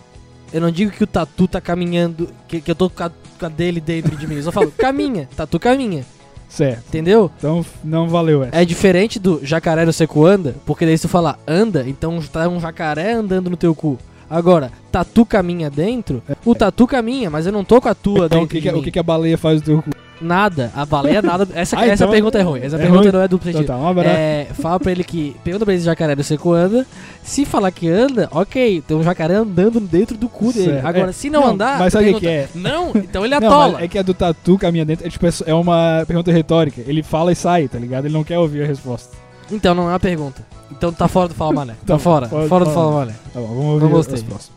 Speaker 1: eu não digo que o tatu tá caminhando, que, que eu tô com a, com a dele dentro de mim. Eu só falo caminha, tatu caminha.
Speaker 3: Certo.
Speaker 1: Entendeu?
Speaker 3: Então f- não valeu essa.
Speaker 1: É diferente do jacaré no seco anda, porque daí se tu falar anda, então tá um jacaré andando no teu cu. Agora, tatu caminha dentro, o tatu caminha, mas eu não tô com a tua
Speaker 3: Então,
Speaker 1: dentro
Speaker 3: o que,
Speaker 1: de
Speaker 3: que a-
Speaker 1: mim.
Speaker 3: o que que a baleia faz do teu cu?
Speaker 1: Nada, a baleia nada. Essa,
Speaker 3: Ah,
Speaker 1: essa
Speaker 3: então-
Speaker 1: pergunta é ruim. Essa
Speaker 3: é
Speaker 1: pergunta
Speaker 3: ruim?
Speaker 1: não é duplo
Speaker 3: Então
Speaker 1: sentido.
Speaker 3: tá, um abraço.
Speaker 1: É, fala pra ele que. Pergunta pra ele se jacaré do seco anda. Se falar que anda, ok, tem um jacaré andando dentro do cu dele.
Speaker 3: Certo.
Speaker 1: Agora,
Speaker 3: É.
Speaker 1: se não, andar.
Speaker 3: Mas sabe o que
Speaker 1: pergunta,
Speaker 3: que é?
Speaker 1: Não, então ele
Speaker 3: Não,
Speaker 1: atola.
Speaker 3: mas é que a do tatu caminha dentro é, tipo, é só- é uma pergunta retórica. Ele fala e sai, tá ligado? Ele não quer ouvir a resposta.
Speaker 1: Então não é uma pergunta. Então tá fora do Fala Mané. Tá
Speaker 3: Tá
Speaker 1: fora.
Speaker 3: fora do
Speaker 1: Fora do
Speaker 3: Fala
Speaker 1: Fala Mané.
Speaker 3: Tá bom, vamos ouvir
Speaker 1: Não gostei.
Speaker 3: as próximas.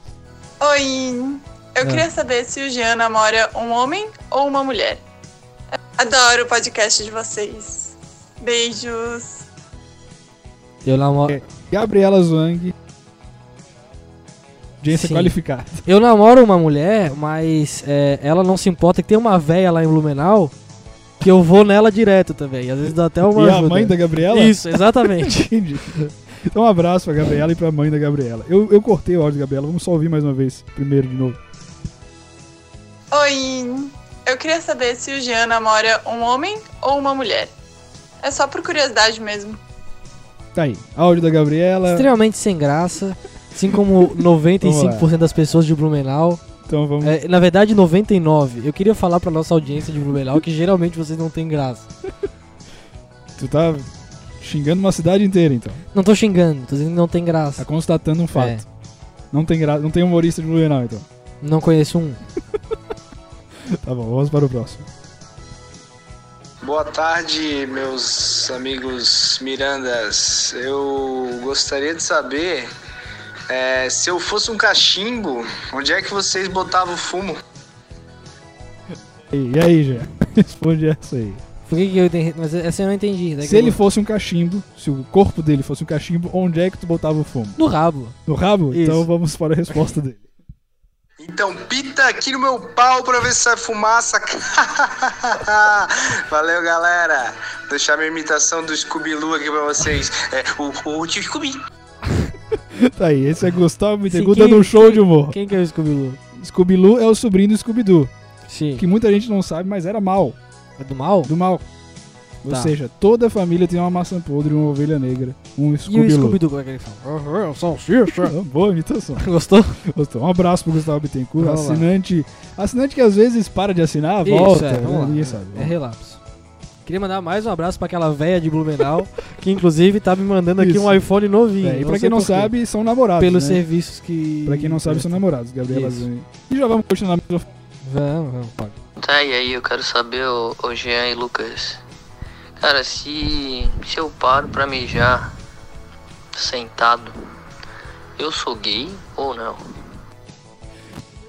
Speaker 6: Oi! Eu
Speaker 1: Ah.
Speaker 6: queria saber se o Jean namora um homem ou uma mulher. Adoro o podcast de vocês. Beijos!
Speaker 1: Eu namoro,
Speaker 3: É. Gabriela Zwang. Audiência
Speaker 1: Sim.
Speaker 3: qualificada.
Speaker 1: eu namoro uma mulher, mas é, ela não se importa que tem uma véia lá em Blumenau que eu vou nela direto também. Às vezes dá até uma
Speaker 3: e a
Speaker 1: ajuda.
Speaker 3: mãe da Gabriela?
Speaker 1: Isso, exatamente.
Speaker 3: Entendi. Então um abraço pra Gabriela e pra mãe da Gabriela. Eu, eu cortei o áudio da Gabriela, vamos só ouvir mais uma vez, primeiro de novo.
Speaker 6: Oi! Eu queria saber se o Jean namora um homem ou uma mulher. É só por curiosidade mesmo.
Speaker 3: Tá aí, áudio da Gabriela.
Speaker 1: extremamente sem graça, assim como 95% das pessoas de Blumenau.
Speaker 3: Então vamos.
Speaker 1: É, na verdade, 99. Eu queria falar pra nossa audiência de Blumenau que geralmente vocês não têm graça.
Speaker 3: Tu tá xingando uma cidade inteira, então.
Speaker 1: Não tô xingando, tô dizendo que não tem
Speaker 3: Tá
Speaker 1: graça.
Speaker 3: constatando
Speaker 1: É.
Speaker 3: um fato. Não tem graça, não tem humorista de Blumenau, então.
Speaker 1: Não conheço um.
Speaker 3: Tá bom, vamos para o próximo.
Speaker 7: Boa tarde, meus amigos Mirandas. Eu gostaria de saber É, se eu fosse um cachimbo, onde é que vocês botavam fumo?
Speaker 3: E aí, já? Responde essa aí.
Speaker 1: Por que, que eu entendi? Mas essa eu não entendi. Daí que
Speaker 3: Se
Speaker 1: eu
Speaker 3: ele
Speaker 1: vou-
Speaker 3: fosse um cachimbo, se o corpo dele fosse um cachimbo, onde é que tu botava o fumo?
Speaker 1: No rabo.
Speaker 3: No rabo?
Speaker 1: Isso.
Speaker 3: Então vamos para a resposta dele.
Speaker 7: Então, pita aqui no meu pau pra ver se sai fumaça. Valeu, galera. Vou deixar minha imitação do Scooby-Loo aqui pra vocês. É, o, o tio Scooby.
Speaker 3: Tá aí, esse é Gustavo Miteguda
Speaker 1: Seguida
Speaker 3: no show de humor.
Speaker 1: Quem que é o Scooby-Doo?
Speaker 3: Scooby-Loo é o sobrinho do Scooby-Doo,
Speaker 1: Sim.
Speaker 3: que muita gente não sabe, mas era mal,
Speaker 1: É do mal?
Speaker 3: do mal. Ou
Speaker 1: Tá.
Speaker 3: seja, toda a família tem uma maçã podre, uma ovelha negra, um
Speaker 1: E o
Speaker 3: Scooby-Loo.
Speaker 1: Scooby-Doo, como é que ele fala? Aham, é salsicha.
Speaker 3: Ah, Boa imitação.
Speaker 1: Gostou?
Speaker 3: Gostou. Um abraço pro Gustavo Bittencourt,
Speaker 1: Vamos lá.
Speaker 3: assinante. Assinante que às vezes para de assinar,
Speaker 1: Isso,
Speaker 3: volta.
Speaker 1: é, vamos lá.
Speaker 3: ninguém sabe.
Speaker 1: É relapso. Queria mandar mais um abraço pra aquela véia de Blumenau, que inclusive tá me mandando aqui
Speaker 3: Isso.
Speaker 1: um iPhone novinho.
Speaker 3: É, e pra
Speaker 1: sei
Speaker 3: quem não
Speaker 1: por quê.
Speaker 3: sabe, são namorados.
Speaker 1: pelos
Speaker 3: né?
Speaker 1: serviços que.
Speaker 3: Pra quem não é sabe, são namorados, Gabriela
Speaker 1: Isso.
Speaker 3: Zani. E já vamos continuar. no-
Speaker 1: Vamos, vamos, pode.
Speaker 8: Tá, e aí eu quero saber, ô, ô Jean e Lucas. Cara, se, se eu paro pra mijar sentado, eu sou gay ou não?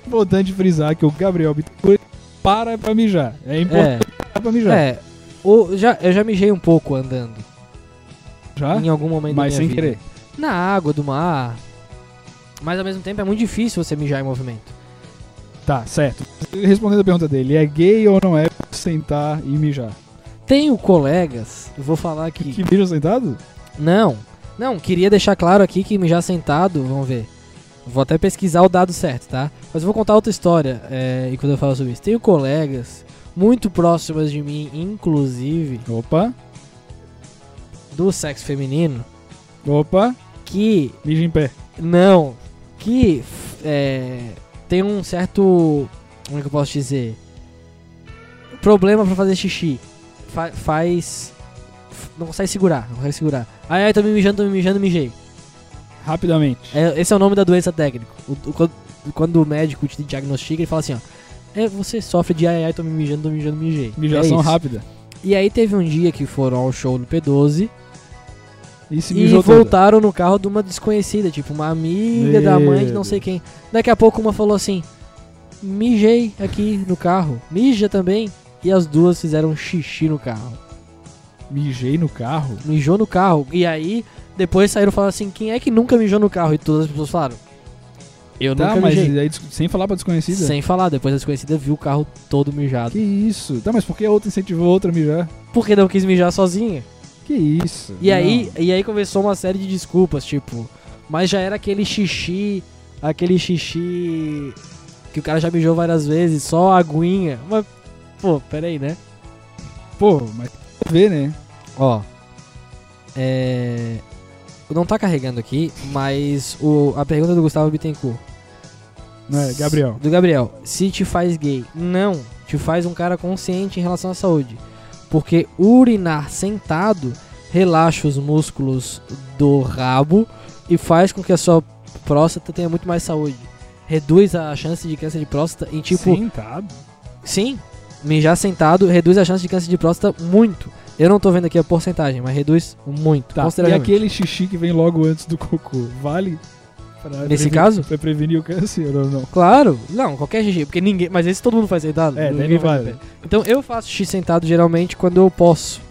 Speaker 3: Importante frisar que o Gabriel Bittencourt para pra mijar. É importante
Speaker 1: É,
Speaker 3: parar pra mijar.
Speaker 1: é. Ou já, eu já mijei um pouco andando. tá?
Speaker 3: Já?
Speaker 1: Em algum momento
Speaker 3: Mas
Speaker 1: da
Speaker 3: sem
Speaker 1: minha vida.
Speaker 3: querer.
Speaker 1: Na água, do mar. Mas ao mesmo tempo é muito difícil você mijar em movimento.
Speaker 3: Tá, certo. Respondendo a pergunta dele, é gay ou não é sentar e mijar?
Speaker 1: Tenho colegas, eu vou falar aqui.
Speaker 3: Que mijam sentado?
Speaker 1: Não, não, queria deixar claro aqui que mijar sentado, vamos ver. Vou até pesquisar o dado certo, tá? Mas eu vou contar outra história é, enquanto eu falo sobre isso. Tenho colegas muito próximas de mim, inclusive
Speaker 3: Opa,
Speaker 1: do sexo feminino,
Speaker 3: opa,
Speaker 1: que
Speaker 3: mija em pé.
Speaker 1: Não. Que f- é, tem um certo. Como é que eu posso dizer? Problema pra fazer xixi. Fa- faz. f- Não consegue segurar, não consegue segurar. Ai, ai, tô me mijando, tô me mijando, mijei.
Speaker 3: Rapidamente.
Speaker 1: É, esse é o nome da doença técnica. O- o- quando, quando o médico te diagnostica, ele fala assim, ó. É, você sofre de ai, ai, tô me mijando, tô me mijando, mijei.
Speaker 3: Mijação
Speaker 1: é isso.
Speaker 3: rápida.
Speaker 1: E aí teve um dia que foram ao show no P12
Speaker 3: E se
Speaker 1: e
Speaker 3: mijou toda.
Speaker 1: voltaram no carro de uma desconhecida, tipo uma amiga da mãe de
Speaker 3: Meu
Speaker 1: não sei quem. Daqui a pouco uma falou assim: mijei aqui no carro, mija também. E as duas fizeram um xixi no carro.
Speaker 3: Mijei no carro?
Speaker 1: Mijou no carro. E aí, depois saíram falando assim: quem é que nunca mijou no carro? E todas as pessoas falaram: eu
Speaker 3: tá,
Speaker 1: nunca
Speaker 3: mas
Speaker 1: mijei.
Speaker 3: aí, discu- sem falar pra desconhecida?
Speaker 1: Sem falar, depois a desconhecida viu o carro todo mijado.
Speaker 3: Que isso? Tá, mas por que a outra incentivou a outra a mijar?
Speaker 1: Porque não quis mijar sozinha.
Speaker 3: Que isso?
Speaker 1: E aí, e aí começou uma série de desculpas, tipo, mas já era aquele xixi, aquele xixi que o cara já mijou várias vezes, só a aguinha. Mas, pô, peraí, né?
Speaker 3: Não. Pô, mas tem que ver, né?
Speaker 1: Ó, é... Não tá carregando aqui, mas o, a pergunta do Gustavo Bittencourt.
Speaker 3: Não é, Gabriel.
Speaker 1: Do Gabriel. Se te faz gay, não. Te faz um cara consciente em relação à saúde. Porque urinar sentado relaxa os músculos do rabo e faz com que a sua próstata tenha muito mais saúde. Reduz a chance de câncer de próstata e tipo, sim,
Speaker 3: Sentado?
Speaker 1: mijar sentado reduz a chance de câncer de próstata muito. Eu não tô vendo aqui a porcentagem, mas reduz muito.
Speaker 3: Tá, e
Speaker 1: consideravelmente.
Speaker 3: aquele xixi que vem logo antes do cocô, vale? pra
Speaker 1: Nesse
Speaker 3: prevenir-
Speaker 1: caso? Um
Speaker 3: Pra prevenir o câncer ou não?
Speaker 1: Claro, não, qualquer xixi, porque ninguém, mas esse todo mundo faz sentado.
Speaker 3: É, daí
Speaker 1: ninguém
Speaker 3: não
Speaker 1: faz
Speaker 3: vale.
Speaker 1: em pé. Então eu faço xixi sentado geralmente quando eu posso.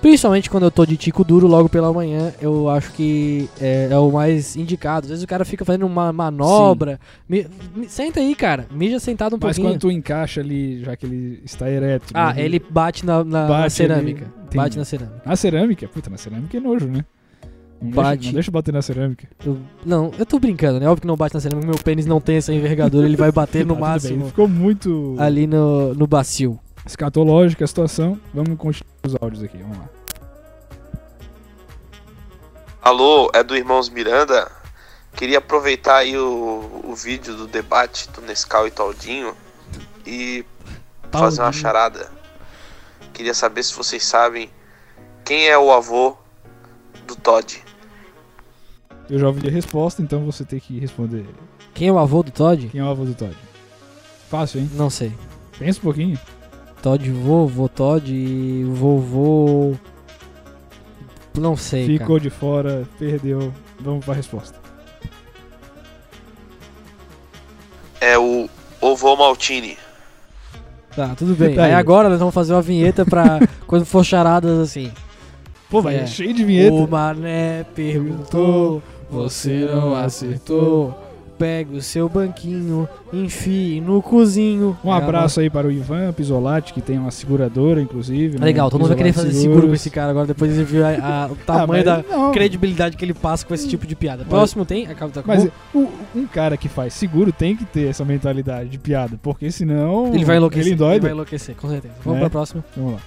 Speaker 1: Principalmente quando eu tô de tico duro logo pela manhã, eu acho que é, é o mais indicado. Às vezes o cara fica fazendo uma manobra. Mi- mi- senta aí, cara. Mija sentado um
Speaker 3: Mas
Speaker 1: pouquinho.
Speaker 3: quando tu encaixa ali, já que ele está ereto.
Speaker 1: Ah,
Speaker 3: né?
Speaker 1: ele bate na, na- na
Speaker 3: Bate,
Speaker 1: cerâmica.
Speaker 3: ele- Entendi.
Speaker 1: Bate na cerâmica.
Speaker 3: Na cerâmica? Puta, na cerâmica é nojo, né? Não
Speaker 1: Bate.
Speaker 3: Deixa, não deixa bater na cerâmica.
Speaker 1: Eu- não, eu tô brincando, né? Óbvio que não bate na cerâmica, meu pênis não tem essa envergadura, ele vai bater no
Speaker 3: Tá, tudo bem,
Speaker 1: máximo
Speaker 3: Ficou muito
Speaker 1: ali no, no bacio.
Speaker 3: escatológica a situação. Vamos continuar os áudios aqui, vamos lá.
Speaker 9: Alô, é do Irmãos Miranda. Queria aproveitar aí o, o vídeo do debate do Nescau e Taldinho e fazer uma
Speaker 1: Taldinho.
Speaker 9: charada. Queria saber se vocês sabem quem é o avô do Todd.
Speaker 3: Eu já ouvi a resposta, então você tem que responder
Speaker 1: Quem é o avô do Todd?
Speaker 3: quem é o avô do Todd. Fácil, hein?
Speaker 1: Não sei.
Speaker 3: Pensa um pouquinho.
Speaker 1: Todd vovô, Todd vovô. Não sei.
Speaker 3: Ficou de fora, perdeu. Vamos pra resposta.
Speaker 1: Cara.
Speaker 9: é o Ovo Maltini.
Speaker 1: Tá, tudo bem.
Speaker 3: Tá
Speaker 1: aí
Speaker 3: aí.
Speaker 1: agora nós vamos fazer uma vinheta pra quando for charadas assim.
Speaker 3: Pô, vai,
Speaker 1: É.
Speaker 3: é cheio de vinheta.
Speaker 1: O Mané perguntou, você não acertou. Pega o seu banquinho, enfie no cozinho.
Speaker 3: Um
Speaker 1: É,
Speaker 3: abraço aí para o Ivan Pisolati, que tem uma seguradora, inclusive.
Speaker 1: É legal,
Speaker 3: né?
Speaker 1: todo mundo vai querer
Speaker 3: Pisolati
Speaker 1: fazer seguro com
Speaker 3: Seguros.
Speaker 1: esse cara agora, depois ele viu a- a- o
Speaker 3: Ah,
Speaker 1: tamanho
Speaker 3: mas-
Speaker 1: da
Speaker 3: não,
Speaker 1: credibilidade que ele passa com esse tipo de piada. Próximo tem? Acaba tá com
Speaker 3: Mas o- um cara que faz seguro tem que ter essa mentalidade de piada, porque senão.
Speaker 1: Ele vai enlouquecer.
Speaker 3: Ele dói. né?
Speaker 1: vai enlouquecer, com certeza. Vamos
Speaker 3: É.
Speaker 1: pra próxima.
Speaker 3: Vamos lá.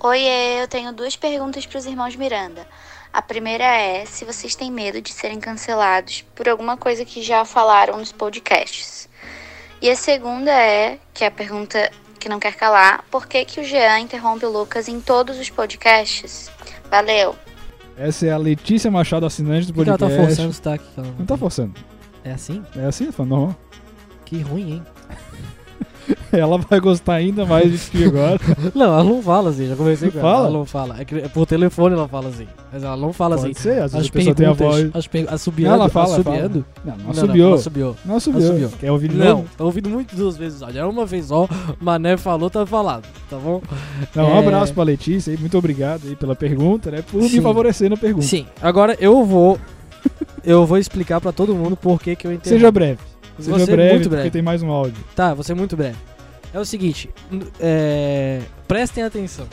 Speaker 2: Oiê, eu tenho duas perguntas para os irmãos Miranda. A primeira é se vocês têm medo de serem cancelados por alguma coisa que já falaram nos podcasts. E a segunda é, que é a pergunta que não quer calar, por que, que o Jean interrompe o Lucas em todos os podcasts? Valeu!
Speaker 3: Essa é a Letícia Machado, assinante do
Speaker 1: Por que ela
Speaker 3: podcast.
Speaker 1: tá forçando o sotaque? que ela
Speaker 3: Não tá forçando.
Speaker 1: É assim?
Speaker 3: É assim, é normal.
Speaker 1: Que ruim, hein?
Speaker 3: Ela vai gostar ainda mais disso que agora.
Speaker 1: Não, ela não fala assim, já conversei com ela.
Speaker 3: Fala?
Speaker 1: Ela não fala. É que é por telefone ela fala assim. Mas ela não fala
Speaker 3: Pode
Speaker 1: assim.
Speaker 3: ser, às vezes
Speaker 1: As
Speaker 3: a pessoa tem a voz.
Speaker 1: perguntas, as per... assobiando,
Speaker 3: Ela fala,
Speaker 1: assobiando.
Speaker 3: Não, não
Speaker 1: Não,
Speaker 3: assobiou.
Speaker 1: Não, assobiou.
Speaker 3: Não assobiou.
Speaker 1: Assobiou.
Speaker 3: Quer ouvir de
Speaker 1: Não,
Speaker 3: novo?
Speaker 1: tá ouvindo muito duas vezes só. Já é uma vez só, Mané falou, tá falado, tá bom?
Speaker 3: Não, um
Speaker 1: É.
Speaker 3: abraço pra Letícia aí, muito obrigado aí pela pergunta, né? Por
Speaker 1: Sim.
Speaker 3: me favorecer na pergunta.
Speaker 1: Sim, agora eu vou. Eu vou explicar pra todo mundo por que, que eu entendo.
Speaker 3: Seja breve. Seja
Speaker 1: Você é
Speaker 3: breve,
Speaker 1: muito
Speaker 3: porque
Speaker 1: breve.
Speaker 3: tem mais um áudio.
Speaker 1: Tá, vou ser muito breve. É o seguinte, n- é, prestem atenção.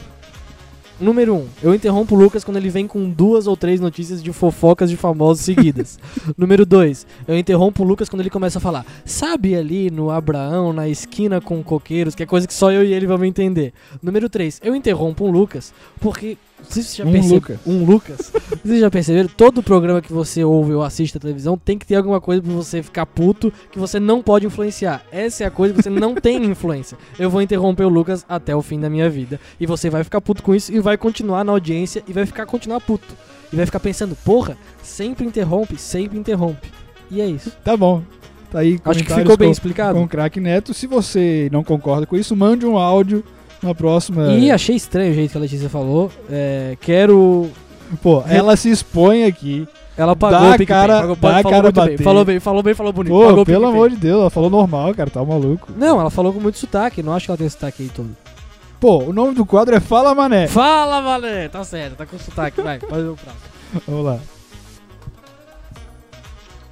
Speaker 1: Número 1, um, eu interrompo o Lucas quando ele vem com duas ou três notícias de fofocas de famosos seguidas. Número 2, eu interrompo o Lucas quando ele começa a falar. Sabe ali no Abraão, na esquina com coqueiros, que é coisa que só eu e ele vamos entender. Número 3, eu interrompo o Lucas porque. Vocês já
Speaker 3: Um
Speaker 1: perce-
Speaker 3: Lucas.
Speaker 1: Um Lucas. Vocês já perceberam? Todo programa que você ouve ou assiste na televisão tem que ter alguma coisa pra você ficar puto que você não pode influenciar. Essa é a coisa que você não tem influência. Eu vou interromper o Lucas até o fim da minha vida. E você vai ficar puto com isso e vai continuar na audiência e vai ficar continuar puto. E vai ficar pensando, porra, sempre interrompe, sempre interrompe. E é isso.
Speaker 3: Tá bom. Tá aí
Speaker 1: Acho que
Speaker 3: comentários
Speaker 1: ficou bem
Speaker 3: com- com
Speaker 1: explicado.
Speaker 3: o Crack Neto. Se você não concorda com isso, mande um áudio na próxima.
Speaker 1: E achei estranho o jeito que a Letícia falou. É, quero.
Speaker 3: Pô, ela se expõe aqui.
Speaker 1: Ela pagou
Speaker 3: Dá
Speaker 1: o PicPay.
Speaker 3: cara-
Speaker 1: pagou,
Speaker 3: dá
Speaker 1: falou
Speaker 3: cara
Speaker 1: muito bem.
Speaker 3: bater.
Speaker 1: Falou bem, falou bem, falou bonito.
Speaker 3: Pô,
Speaker 1: pagou o
Speaker 3: pelo
Speaker 1: PicPay.
Speaker 3: amor de Deus, ela falou normal, cara, tá maluco.
Speaker 1: Não, ela falou com muito sotaque, não acho que ela tem sotaque aí todo.
Speaker 3: Pô, o nome do quadro é Fala Mané.
Speaker 1: Fala, Valé! Tá certo, tá com sotaque, vai, pode ver o próximo.
Speaker 3: Vamos lá.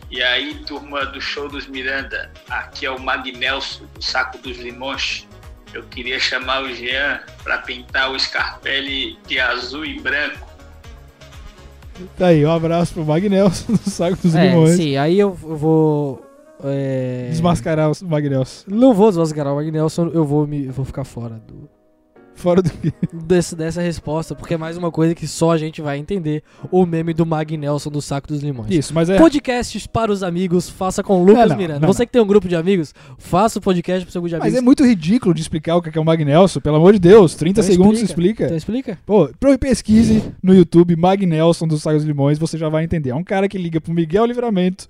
Speaker 7: E aí, turma do Show dos Miranda, aqui é o Magnelso, do Saco dos Limões. Eu queria chamar o Jean para pintar o Scarpelli de azul e branco.
Speaker 3: Tá aí, um abraço pro Magnelson do Saco dos
Speaker 1: é,
Speaker 3: Limões.
Speaker 1: sim, aí eu eu vou. É...
Speaker 3: Desmascarar o Magnelson.
Speaker 1: Não vou desmascarar o Magnelson, eu vou, me, eu vou ficar fora do,
Speaker 3: Fora do
Speaker 1: desse- dessa resposta, porque é mais uma coisa que só a gente vai entender: o meme do Magnelson do Saco dos Limões.
Speaker 3: Isso, mas é.
Speaker 1: Podcasts para os amigos, faça com o Lucas
Speaker 3: não,
Speaker 1: Miranda.
Speaker 3: não,
Speaker 1: Você que tem um grupo de amigos, faça o podcast pro seu grupo de
Speaker 3: Mas
Speaker 1: amigos.
Speaker 3: é muito ridículo de explicar o que é o Magnelson, pelo amor de Deus. 30
Speaker 1: Então
Speaker 3: segundos
Speaker 1: explica.
Speaker 3: explica.
Speaker 1: Então explica?
Speaker 3: Pô, pro- pesquise no YouTube Magnelson dos Sagos Limões, você já vai entender. É um cara que liga pro Miguel Livramento,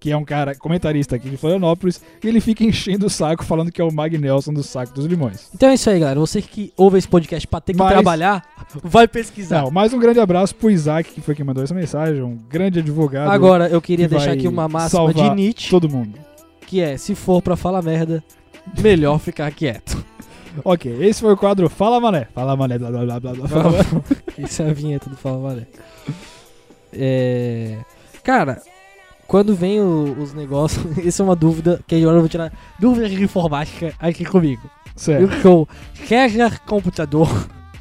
Speaker 3: que é um cara comentarista aqui de Florianópolis, e ele fica enchendo o saco falando que é o Magnelson do Saco dos Limões.
Speaker 1: Então é isso aí, galera. Você que ouve esse podcast pra ter que
Speaker 3: Mas-
Speaker 1: trabalhar, vai pesquisar.
Speaker 3: Não, mais um grande abraço pro Isaac, que foi quem mandou essa mensagem, um grande advogado.
Speaker 1: Agora, eu queria
Speaker 3: que
Speaker 1: deixar
Speaker 3: vai
Speaker 1: aqui uma máxima de
Speaker 3: salvar
Speaker 1: Nietzsche,
Speaker 3: Todo mundo.
Speaker 1: que é, se for pra falar merda, melhor ficar quieto.
Speaker 3: Ok, esse foi o quadro Fala Mané. Fala Mané, blá blá blá blá blá. blá.
Speaker 1: Isso é a vinheta do Fala Valé. É... Cara, quando vem o- os negócios, essa é uma dúvida que agora eu vou tirar dúvidas de informática aqui comigo. Eu
Speaker 3: Sério.
Speaker 1: sou seja computador,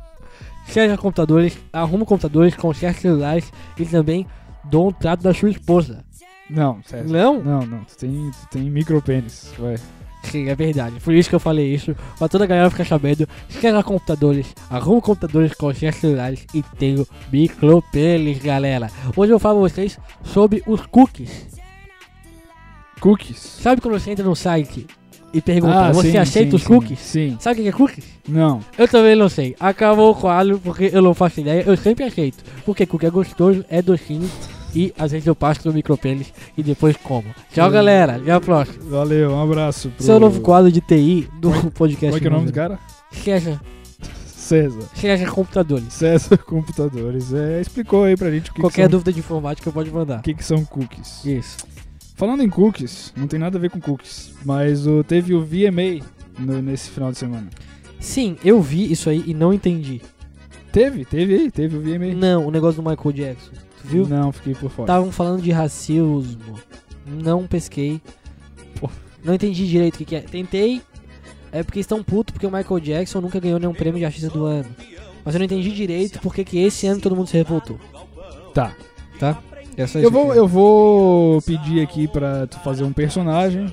Speaker 1: seja computadores, arrumo computadores, conserto celulares e também dou um trato da sua esposa.
Speaker 3: Não, sério.
Speaker 1: Não?
Speaker 3: Não, não. Tu tem, tu tem micropênis. Vai.
Speaker 1: Sim, é verdade. Por isso que eu falei isso, pra toda a galera ficar sabendo, esquece computadores, arrumo computadores, conserto celulares e tenho micropeles, galera. Hoje eu falo pra vocês sobre os cookies.
Speaker 3: Cookies.
Speaker 1: Sabe quando você entra no site e pergunta, você
Speaker 3: Ah, sim,
Speaker 1: aceita
Speaker 3: sim,
Speaker 1: os cookies?
Speaker 3: Sim. sim.
Speaker 1: Sabe o que é cookies?
Speaker 3: Não.
Speaker 1: Eu também não sei. Acabou o quadro porque eu não faço ideia. Eu sempre aceito. Porque cookie é gostoso, é docinho e às vezes eu passo no micropeles e depois como. Tchau, galera. Até a próxima.
Speaker 3: Valeu, um abraço. Hum. Pro...
Speaker 1: Esse é o novo quadro de TI do podcast.
Speaker 3: Como é que é o nome do cara?
Speaker 1: César.
Speaker 3: César.
Speaker 1: Seja computadores.
Speaker 3: César Computadores. É, explicou aí pra gente o que,
Speaker 1: Qualquer
Speaker 3: que, são,
Speaker 1: dúvida de informática pode mandar.
Speaker 3: o que, que são cookies.
Speaker 1: Isso.
Speaker 3: Falando em cookies, não tem nada a ver com cookies, mas o, teve o VMA no- nesse final de semana.
Speaker 4: Sim, eu vi isso aí e não entendi.
Speaker 3: Teve, teve aí, teve o VMA.
Speaker 4: Não, o negócio do Michael Jackson. Tu viu?
Speaker 3: Não, fiquei por fora.
Speaker 4: Estavam falando de racismo. Não pesquei.
Speaker 3: Pô.
Speaker 4: Não entendi direito o que, que é. Tentei. É porque estão puto porque o Michael Jackson nunca ganhou nenhum prêmio de artista do ano. Mas eu não entendi direito porque que esse ano todo mundo se revoltou.
Speaker 3: Tá.
Speaker 4: Tá? É só isso
Speaker 3: Eu vou,
Speaker 4: que-
Speaker 3: eu vou pedir aqui pra tu fazer um personagem,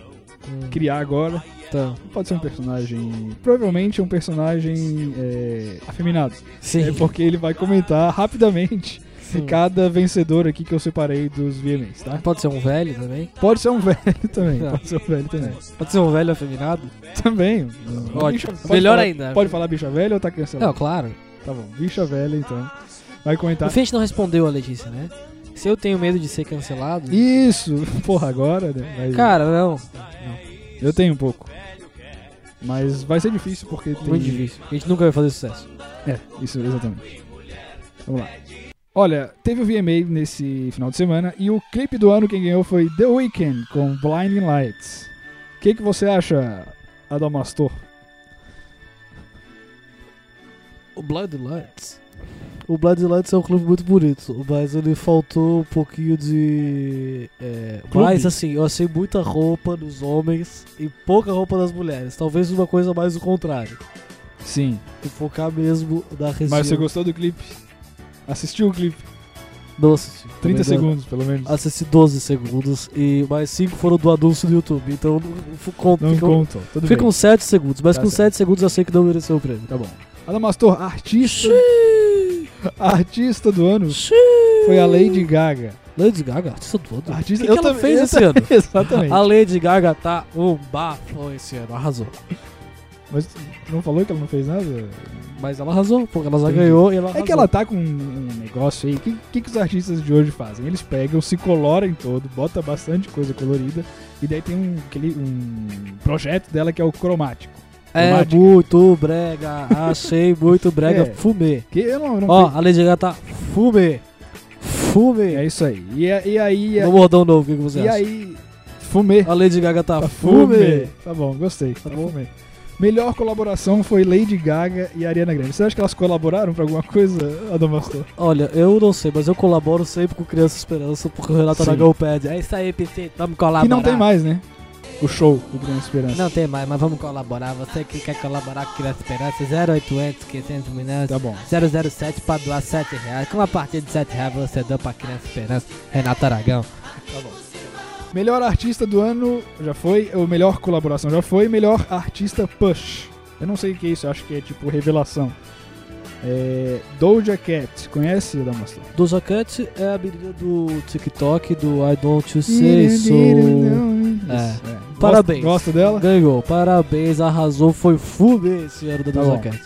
Speaker 4: Hum,
Speaker 3: criar agora.
Speaker 4: tá.
Speaker 3: Pode ser um personagem. Provavelmente um personagem é, afeminado.
Speaker 4: Sim.
Speaker 3: É porque ele vai comentar rapidamente
Speaker 4: Sim.
Speaker 3: cada vencedor aqui que eu separei dos VMAs, tá?
Speaker 4: Pode ser um velho também?
Speaker 3: Pode ser um velho também.
Speaker 4: Tá.
Speaker 3: Pode ser um velho também.
Speaker 4: Pode ser um velho afeminado?
Speaker 3: Também.
Speaker 4: Ótimo.
Speaker 3: Bicha- pode
Speaker 4: Melhor
Speaker 3: falar-
Speaker 4: ainda.
Speaker 3: Pode falar bicha velha ou tá cancelado?
Speaker 4: Não, claro.
Speaker 3: Tá bom. Bicha velha, então. Vai comentar.
Speaker 4: O Fench não respondeu a Letícia, né? Se eu tenho medo de ser cancelado.
Speaker 3: Isso! Porra, agora, né? Vai-
Speaker 4: Cara, não.
Speaker 3: Eu tenho um pouco. Mas vai ser difícil porque tem.
Speaker 4: Muito difícil. A gente nunca vai fazer sucesso.
Speaker 3: É, isso, exatamente. Vamos lá. Olha, teve o VMA nesse final de semana e o clipe do ano quem ganhou foi The Weeknd com Blinding Lights. O que, que você acha, Adamastor?
Speaker 1: O Bloodlines. O Bloodlines é um clube muito bonito, mas ele faltou um pouquinho de. É,
Speaker 4: Clube?
Speaker 1: mas assim, eu achei muita roupa nos homens e pouca roupa nas mulheres. Talvez uma coisa mais o contrário.
Speaker 3: Sim.
Speaker 1: E focar mesmo na região.
Speaker 3: Mas você gostou do clipe? Assistiu o clipe?
Speaker 1: Não assisti.
Speaker 3: 30
Speaker 1: Também não.
Speaker 3: segundos, pelo menos.
Speaker 1: Tá Assisti 12 segundos e mais 5 foram do anúncio do YouTube. Então não- fu- con-
Speaker 3: Não
Speaker 1: ficam,
Speaker 3: contam. Tudo
Speaker 1: ficam
Speaker 3: bem.
Speaker 1: 7 segundos, mas
Speaker 3: Tá
Speaker 1: com
Speaker 3: certo.
Speaker 1: 7 segundos eu sei que não mereceu o prêmio.
Speaker 3: Tá bom. Adamastor, artista. artista do ano foi a Lady Gaga.
Speaker 1: Lady Gaga, artista do ano.
Speaker 3: Artista,
Speaker 1: O que que ela
Speaker 3: também-
Speaker 1: fez
Speaker 3: eu
Speaker 1: esse
Speaker 3: ta-
Speaker 1: ano?
Speaker 3: Exatamente.
Speaker 1: A Lady Gaga tá um bafo esse ano, arrasou.
Speaker 3: Mas tu não falou que ela não fez nada?
Speaker 1: Mas ela arrasou, porque ela já
Speaker 3: Entendi.
Speaker 1: ganhou e ela arrasou.
Speaker 3: É que ela tá com um um negócio aí. O que, que, que os artistas de hoje fazem? Eles pegam, se colorem todo, bota bastante coisa colorida, e daí tem um, aquele, um projeto dela que é o cromático.
Speaker 1: É
Speaker 3: Cromático.
Speaker 1: muito brega, achei muito brega,
Speaker 3: É.
Speaker 1: fumê.
Speaker 3: Que eu não, não
Speaker 1: Ó,
Speaker 3: sei-
Speaker 1: a Lady Gaga tá fumê, fumê.
Speaker 3: É isso aí. E, a- e aí. é,
Speaker 1: No Mordão um Novo, o que que você
Speaker 3: e
Speaker 1: acha?
Speaker 3: aí. Fumê.
Speaker 1: A Lady Gaga tá,
Speaker 3: Tá
Speaker 1: fumê.
Speaker 3: fumê. Tá bom, gostei. Tá
Speaker 1: bom.
Speaker 3: fumê. Melhor colaboração foi Lady Gaga e Ariana Grande. Você acha que elas colaboraram pra alguma coisa, Adamastor?
Speaker 1: Olha, eu não sei, mas eu colaboro sempre com Criança Esperança, porque o Renato
Speaker 3: Sim.
Speaker 1: Aragão pede. É isso aí, PC, vamos colaborar.
Speaker 3: Que não tem mais, né? O show do Grande Esperança.
Speaker 4: Não tem mais, mas vamos colaborar. Você que quer colaborar com Criança Esperança, 0800 500 milhões.
Speaker 3: Tá bom.
Speaker 4: 007 para doar 7 reais. Com a partida de 7 reais você dá pra Criança Esperança, Renato Aragão.
Speaker 3: Melhor artista do ano já foi, ou melhor colaboração já foi, melhor artista push. Eu não sei o que é isso, eu acho que é tipo revelação. É, Doja Cat, conhece, Damastor?
Speaker 1: Doja Cat é a menina do TikTok, do I Don't You Say So.
Speaker 3: Isso, é. Gosta-
Speaker 1: Parabéns.
Speaker 3: Gosta dela?
Speaker 1: Ganhou, parabéns, arrasou, foi fumê esse ano da
Speaker 3: Tá
Speaker 1: Doja
Speaker 3: bom.
Speaker 1: Cat.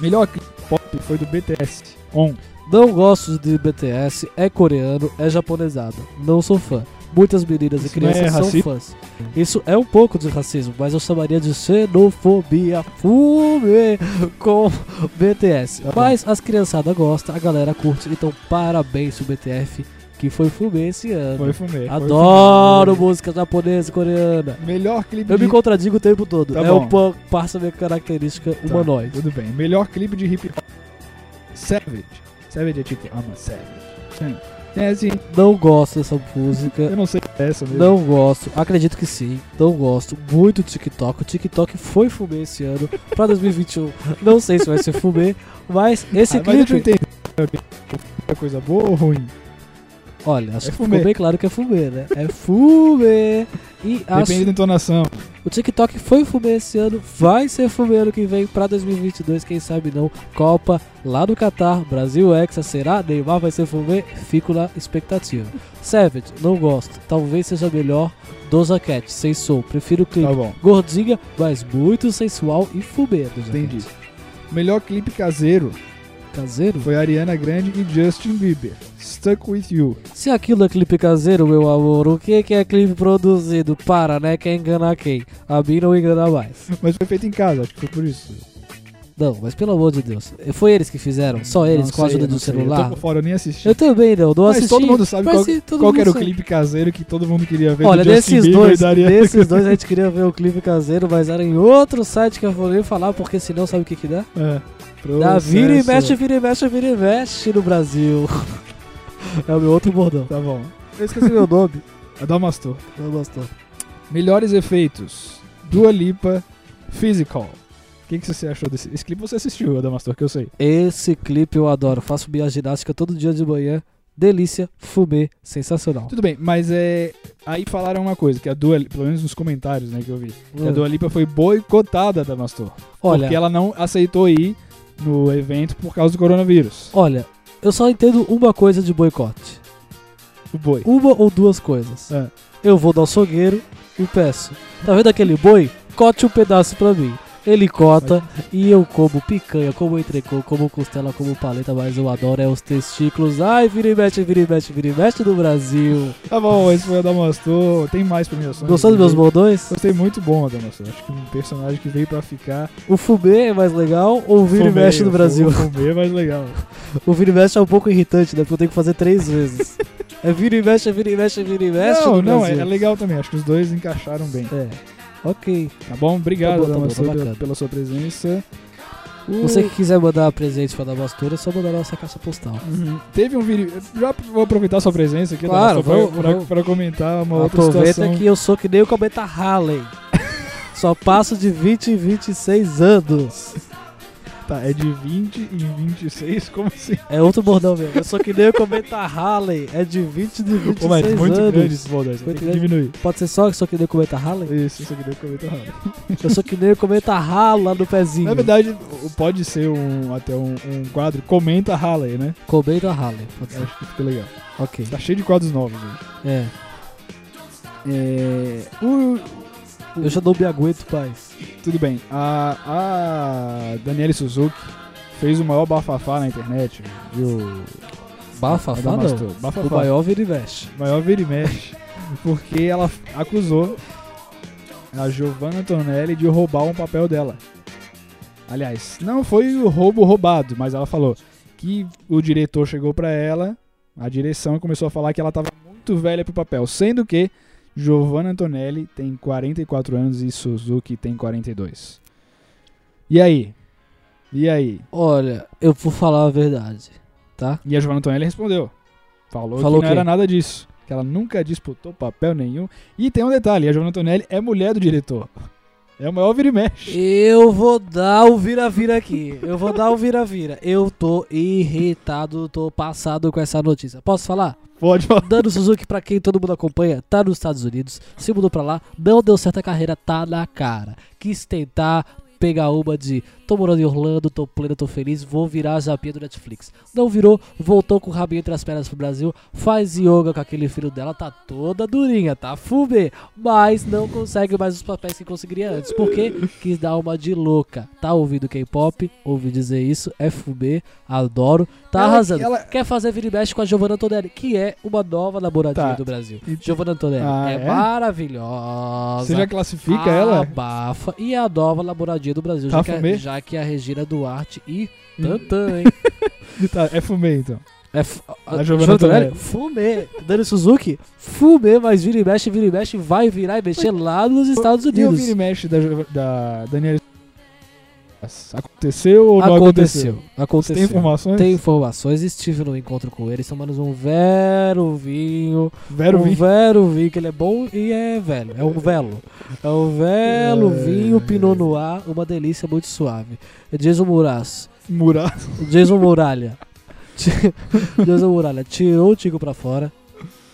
Speaker 3: Melhor clipe pop foi do BTS. On.
Speaker 1: Não gosto de BTS, é coreano, é japonesado. Não sou fã. Muitas meninas e
Speaker 3: Isso não é
Speaker 1: crianças são
Speaker 3: racismo?
Speaker 1: fãs. Isso é um pouco de racismo, mas eu chamaria de xenofobia fume com BTS.
Speaker 3: Tá bom.
Speaker 1: mas as criançadas gostam, a galera curte, então parabéns pro BTF que foi fume esse ano.
Speaker 3: Foi fumê. foi
Speaker 1: Adoro
Speaker 3: fumê.
Speaker 1: música japonesa e coreana.
Speaker 3: Melhor clipe
Speaker 1: Eu me
Speaker 3: de
Speaker 1: contradigo o tempo todo.
Speaker 3: Tá
Speaker 1: é
Speaker 3: bom.
Speaker 1: um pouco parte da minha característica
Speaker 3: Tá,
Speaker 1: humanoide.
Speaker 3: Tudo bem. Melhor clipe de hip hop. Savage. Savage é tipo, ama Savage. Sim. É assim,
Speaker 1: Não gosto dessa música.
Speaker 3: eu não sei se é essa mesmo.
Speaker 1: Não gosto, acredito que sim, não gosto muito do TikTok. O TikTok foi fumê esse ano pra 2021. não sei se vai ser fumê, mas esse
Speaker 3: Ah, mas eu não
Speaker 1: clipe.
Speaker 3: entendi. É coisa boa ou ruim?
Speaker 1: Olha, acho
Speaker 3: É
Speaker 1: que
Speaker 3: fumê.
Speaker 1: ficou bem claro que é fumê, né? É fumê! E acho.
Speaker 3: Depende da entonação.
Speaker 1: O TikTok foi fumê esse ano, vai ser fumê ano que vem pra 2022, quem sabe não. Copa lá no Catar, Brasil Hexa, será? Neymar vai ser fumê? Fico na expectativa. Savage, não gosto, talvez seja melhor. Doza Cat, sem som, prefiro o clipe.
Speaker 3: Tá bom,
Speaker 1: Gordinha, mas muito sensual e fumê. do Zé
Speaker 3: entendi.
Speaker 1: Neto.
Speaker 3: Melhor clipe caseiro
Speaker 1: Caseiro?
Speaker 3: foi Ariana Grande e Justin Bieber. Stuck With You.
Speaker 1: Se aquilo é clipe caseiro, meu amor, o que que é clipe produzido? Para, né? Quer enganar quem? A mim não engana mais.
Speaker 3: Mas foi feito em casa, acho que foi por isso.
Speaker 1: Não, mas pelo amor de Deus. eh, Foi eles que fizeram? Só eles,
Speaker 3: Não
Speaker 1: com a
Speaker 3: sei,
Speaker 1: ajuda
Speaker 3: não
Speaker 1: do
Speaker 3: sei.
Speaker 1: celular?
Speaker 3: Eu tô por fora, eu nem assisti.
Speaker 1: Eu também não, não
Speaker 3: Mas
Speaker 1: assisti.
Speaker 3: todo mundo sabe
Speaker 1: mas
Speaker 3: qual,
Speaker 1: sim, todo
Speaker 3: qual
Speaker 1: mundo
Speaker 3: que era o
Speaker 1: sabe.
Speaker 3: clipe caseiro que todo mundo queria ver. do
Speaker 1: Olha,
Speaker 3: Justin
Speaker 1: desses
Speaker 3: Bieber e
Speaker 1: dois,
Speaker 3: Daria-
Speaker 1: desses dois a gente queria ver o clipe caseiro, mas era em outro site que eu vou nem falar, porque senão sabe o que que dá?
Speaker 3: É.
Speaker 1: Dá vira e
Speaker 3: Processo.
Speaker 1: mexe, vira e mexe, vira e mexe no Brasil. É o meu outro bordão.
Speaker 3: Tá bom.
Speaker 1: Eu esqueci meu nome.
Speaker 3: Adamastor.
Speaker 1: Adamastor.
Speaker 3: Melhores efeitos. Dua Lipa, Physical. O que, que você achou desse esse clipe? Você assistiu, Adamastor, que eu sei.
Speaker 1: Esse clipe eu adoro. Faço minha ginástica todo dia de manhã. Delícia, fumê, sensacional.
Speaker 3: Tudo bem, mas é. Aí falaram uma coisa, que a Dua Lipa, pelo menos nos comentários, né, que eu vi. Que a
Speaker 1: Hum.
Speaker 3: Dua Lipa foi boicotada da Mastor.
Speaker 1: Olha-
Speaker 3: Porque ela não aceitou ir no evento por causa do coronavírus.
Speaker 1: Olha, eu só entendo uma coisa de boicote.
Speaker 3: O boi.
Speaker 1: Uma ou duas coisas.
Speaker 3: É.
Speaker 1: Eu vou no açougueiro e peço. Tá vendo aquele boi? Cote um pedaço pra mim. Ele cota e eu como picanha, como entrecô, como costela, como paleta, mas eu adoro é os testículos. Ai, vira e mexe, vira e mexe, vira e mexe do Brasil.
Speaker 3: Tá bom, esse foi o Adamastor. Tem mais premiações.
Speaker 1: Gostou dos meus
Speaker 3: Inclusive,
Speaker 1: bordões?
Speaker 3: Gostei muito bom, Adamastor. Acho que um personagem que veio pra ficar.
Speaker 1: O fumê é mais legal ou o vira e
Speaker 3: Fumê,
Speaker 1: mexe do
Speaker 3: o
Speaker 1: Brasil?
Speaker 3: fumê é mais legal.
Speaker 1: O vira e mexe é um pouco irritante, né? Porque eu tenho que fazer três vezes. É vira e mexe, é vira e mexe, é vira e mexe
Speaker 3: não,
Speaker 1: do
Speaker 3: não, é,
Speaker 1: Brasil.
Speaker 3: é legal também. Acho que os dois encaixaram bem.
Speaker 1: É. Ok.
Speaker 3: Tá bom? Obrigado,
Speaker 1: Tá bom, tá bom,
Speaker 3: Adamastor,
Speaker 1: tá
Speaker 3: pela-
Speaker 1: bacana.
Speaker 3: pela sua presença. O-
Speaker 1: Você que quiser mandar um presente pra Damastor, é só mandar nossa caixa postal.
Speaker 3: Uhum. Teve um vídeo. Já vou aproveitar sua presença aqui,
Speaker 1: Claro,
Speaker 3: Adamastor,
Speaker 1: vamos-
Speaker 3: pra, pra-
Speaker 1: vamos.
Speaker 3: pra comentar uma outra
Speaker 1: Aproveita
Speaker 3: situação.
Speaker 1: que eu sou que nem o cometa Halley. Só passo de 20 em 26 anos.
Speaker 3: Tá, é de 20 em 26, como assim?
Speaker 1: É outro bordão mesmo. Eu sou que nem o cometa Halley. É de 20 em 26
Speaker 3: Pô, mas muito
Speaker 1: anos.
Speaker 3: grande esse bordão, você
Speaker 1: Muito
Speaker 3: tem que diminuir.
Speaker 1: Pode ser só que sou que nem o cometa Halley?
Speaker 3: Isso, isso aqui deu cometa errado.
Speaker 1: Eu sou que nem o cometa Halley lá no pezinho.
Speaker 3: Na É verdade, o- pode ser um, até um, um quadro. Comenta Halley, né?
Speaker 1: Comenta Halley. Pode ser.
Speaker 3: Acho que fica legal.
Speaker 1: Ok.
Speaker 3: Tá cheio de quadros novos, gente.
Speaker 1: É.
Speaker 3: É, o-
Speaker 1: Eu já
Speaker 3: um
Speaker 1: não me aguento, pai.
Speaker 3: Tudo bem. A, a Daniele Suzuki fez o maior bafafá na internet. Viu?
Speaker 1: Bafafá
Speaker 3: Adamastor.
Speaker 1: não.
Speaker 3: Bafafá.
Speaker 1: O maior vira e mexe.
Speaker 3: maior vira e mexe, porque ela acusou a Giovanna Antonelli de roubar um papel dela. Aliás, não foi o roubo roubado, mas ela falou que o diretor chegou pra ela, a direção, e começou a falar que ela tava muito velha pro papel, sendo que Giovanna Antonelli tem 44 anos e Suzuki tem 42. E aí? E aí?
Speaker 1: Olha, eu vou falar a verdade, tá?
Speaker 3: E a Giovanna Antonelli respondeu. Falou,
Speaker 1: Falou
Speaker 3: que
Speaker 1: o
Speaker 3: não
Speaker 1: quê?
Speaker 3: era nada disso. Que ela nunca disputou papel nenhum. E tem um detalhe, a Giovanna Antonelli é mulher do diretor. É o maior vira e mexe.
Speaker 1: Eu vou dar o vira-vira aqui. Eu vou dar o vira-vira. Eu tô irritado, tô passado com essa notícia. Posso falar?
Speaker 3: Pode falar.
Speaker 1: Dano Suzuki, pra quem todo mundo acompanha, tá nos Estados Unidos, se mudou pra lá, não deu certo a carreira, tá na cara. Quis tentar pegar uma de tô morando em Orlando, tô pleno, tô feliz, vou virar a japinha do Netflix. Não virou, voltou com o rabinho entre as pernas pro Brasil, faz yoga com aquele filho dela, tá toda durinha, tá fumê, mas não consegue mais os papéis que conseguiria antes, porque quis dar uma de louca. Tá ouvindo K-pop? Ouvi dizer isso, é fumê, adoro, tá
Speaker 3: Ela-
Speaker 1: arrasando.
Speaker 3: ela-
Speaker 1: Quer fazer vira e mexe com a Giovanna Antonelli, que é uma nova namoradinha
Speaker 3: Tá.
Speaker 1: do Brasil.
Speaker 3: E-
Speaker 1: Giovanna Antonelli
Speaker 3: Ah,
Speaker 1: é,
Speaker 3: é?
Speaker 1: maravilhosa.
Speaker 3: Você já classifica
Speaker 1: Ah,
Speaker 3: ela?
Speaker 1: Abafa. E é a nova namoradinha do Brasil,
Speaker 3: Tá
Speaker 1: já, que
Speaker 3: fumê?
Speaker 1: a, já que é a Regina Duarte e
Speaker 3: Hum.
Speaker 1: Tantan, hein?
Speaker 3: Tá, é fumê, então.
Speaker 1: É f- a-
Speaker 3: Giovanna
Speaker 1: Giovanna Antonelli,
Speaker 3: Antonelli.
Speaker 1: fumê. Dani Suzuki, fumê, mas vira e mexe, vira e mexe, vai virar e mexer lá nos Estados
Speaker 3: E o
Speaker 1: Unidos.
Speaker 3: vira e mexe da, Giova- da Daniele Aconteceu ou não aconteceu?
Speaker 1: aconteceu. Aconteceu.
Speaker 3: Você tem informações?
Speaker 1: Tem informações. Estive no encontro com ele. Tomamos um vero vinho.
Speaker 3: Vero
Speaker 1: um
Speaker 3: vinho.
Speaker 1: vero vinho, que ele é bom e é velho. É um velo. É um velo
Speaker 3: É.
Speaker 1: vinho Pinot Noir. Uma delícia muito suave. É Jason Muraz.
Speaker 3: Murat.
Speaker 1: Jason Muralha. Ti- Jason Muralha tirou o Tico pra fora.